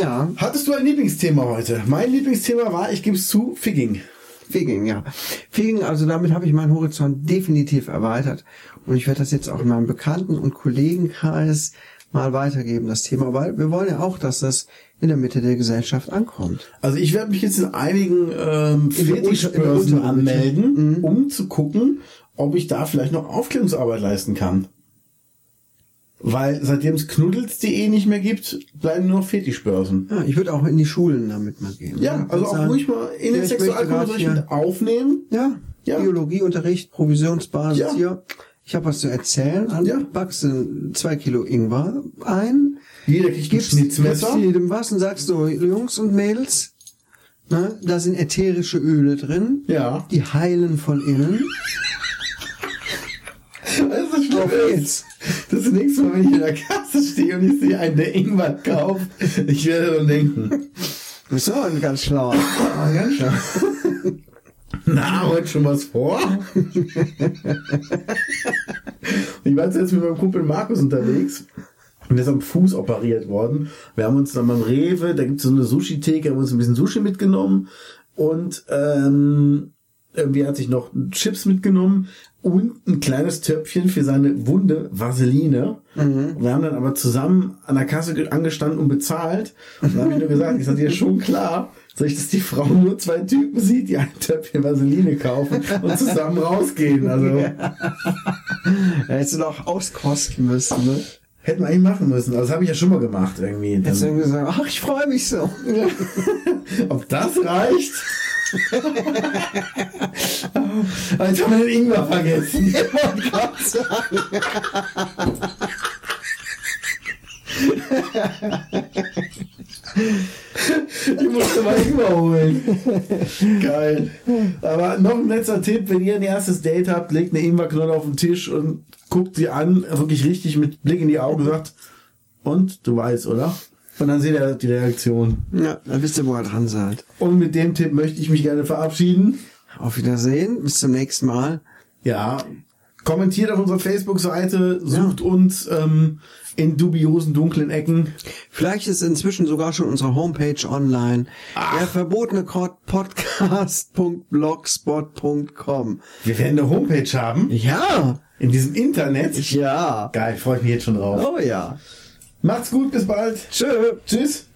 S1: Ja.
S2: Hattest du ein Lieblingsthema heute? Mein Lieblingsthema war, ich gebe es zu, Figging.
S1: Feging, ja. Feging, also damit habe ich meinen Horizont definitiv erweitert. Und ich werde das jetzt auch in meinem Bekannten- und Kollegenkreis mal weitergeben, das Thema, weil wir wollen ja auch, dass das in der Mitte der Gesellschaft ankommt.
S2: Also ich werde mich jetzt in einigen ähm,
S1: der Unter- in der
S2: Fetischbörsen
S1: Unterwelt.
S2: anmelden,
S1: Mhm.
S2: um zu gucken, ob ich da vielleicht noch Aufklärungsarbeit leisten kann. Weil seitdem es knuddels.de nicht mehr gibt, bleiben nur noch Fetischbörsen.
S1: Ja, Ah, ich würde auch in die Schulen damit mal gehen.
S2: Ja,
S1: Und
S2: also auch
S1: sagen,
S2: ruhig mal in
S1: ja,
S2: den
S1: ich möchte grad
S2: Sexualkunde
S1: hier-
S2: mit aufnehmen.
S1: Ja,
S2: Ja.
S1: Biologieunterricht, Provisionsbasis
S2: Ja.
S1: hier. Ich habe was zu erzählen. An
S2: Ja.
S1: Backst du zwei Kilo Ingwer ein,
S2: Jeder kriegt ein
S1: gibst,
S2: Schnitzmesser.
S1: gibst jedem was und sagst so, Jungs und Mädels, ne, da sind ätherische Öle drin,
S2: Ja.
S1: die heilen von innen.
S2: Das ist schlimm.
S1: Auf geht's.
S2: Das nächste Mal, wenn ich in der Kasse stehe und ich sehe einen, der Ingwer kauft, ich werde dann denken,
S1: Du bist auch ein ganz schlauer.
S2: na, heute schon was vor? ich war jetzt mit meinem Kumpel Markus unterwegs und der ist am Fuß operiert worden. Wir haben uns dann beim Rewe, da gibt es so eine Sushi-Theke, haben uns ein bisschen Sushi mitgenommen und ähm, irgendwie hat sich noch Chips mitgenommen und ein kleines Töpfchen für seine Wunde Vaseline. Wir haben dann aber zusammen an der Kasse ge- angestanden und bezahlt. Und dann haben wir nur gesagt, ich sage dir schon klar, soll ich, dass die Frau nur zwei Typen sieht, die ein Töpfchen Vaseline kaufen und zusammen rausgehen. Also
S1: Hättest du doch auskosten müssen, ne?
S2: hätten wir eigentlich machen müssen. Also das habe ich ja schon mal gemacht irgendwie.
S1: Hättest du
S2: Dann,
S1: irgendwie gesagt, ach, ich freue mich so.
S2: ob das reicht? Aber Jetzt haben wir den Ingwer vergessen. Die musste mal überholen. Geil. Aber noch ein letzter Tipp, wenn ihr ein erstes Date habt, legt eine Ingwerknolle auf den Tisch und guckt sie an, wirklich richtig mit Blick in die Augen und sagt, und du weißt, oder? Und dann seht ihr die Reaktion.
S1: Ja, dann wisst ihr, wo ihr dran seid.
S2: Und mit dem Tipp möchte ich mich gerne verabschieden.
S1: Auf Wiedersehen, bis zum nächsten Mal.
S2: Ja, kommentiert auf unserer Facebook-Seite, sucht uns ähm, in dubiosen, dunklen Ecken.
S1: Vielleicht ist inzwischen sogar schon unsere Homepage online. Der verbotene Kord- Podcast.blogspot.com.
S2: Wir werden eine Homepage haben
S1: Ja,
S2: in diesem Internet.
S1: ja.
S2: Geil, freue ich mich jetzt schon drauf.
S1: Oh ja.
S2: Macht's gut, bis bald.
S1: Tschö.
S2: Tschüss.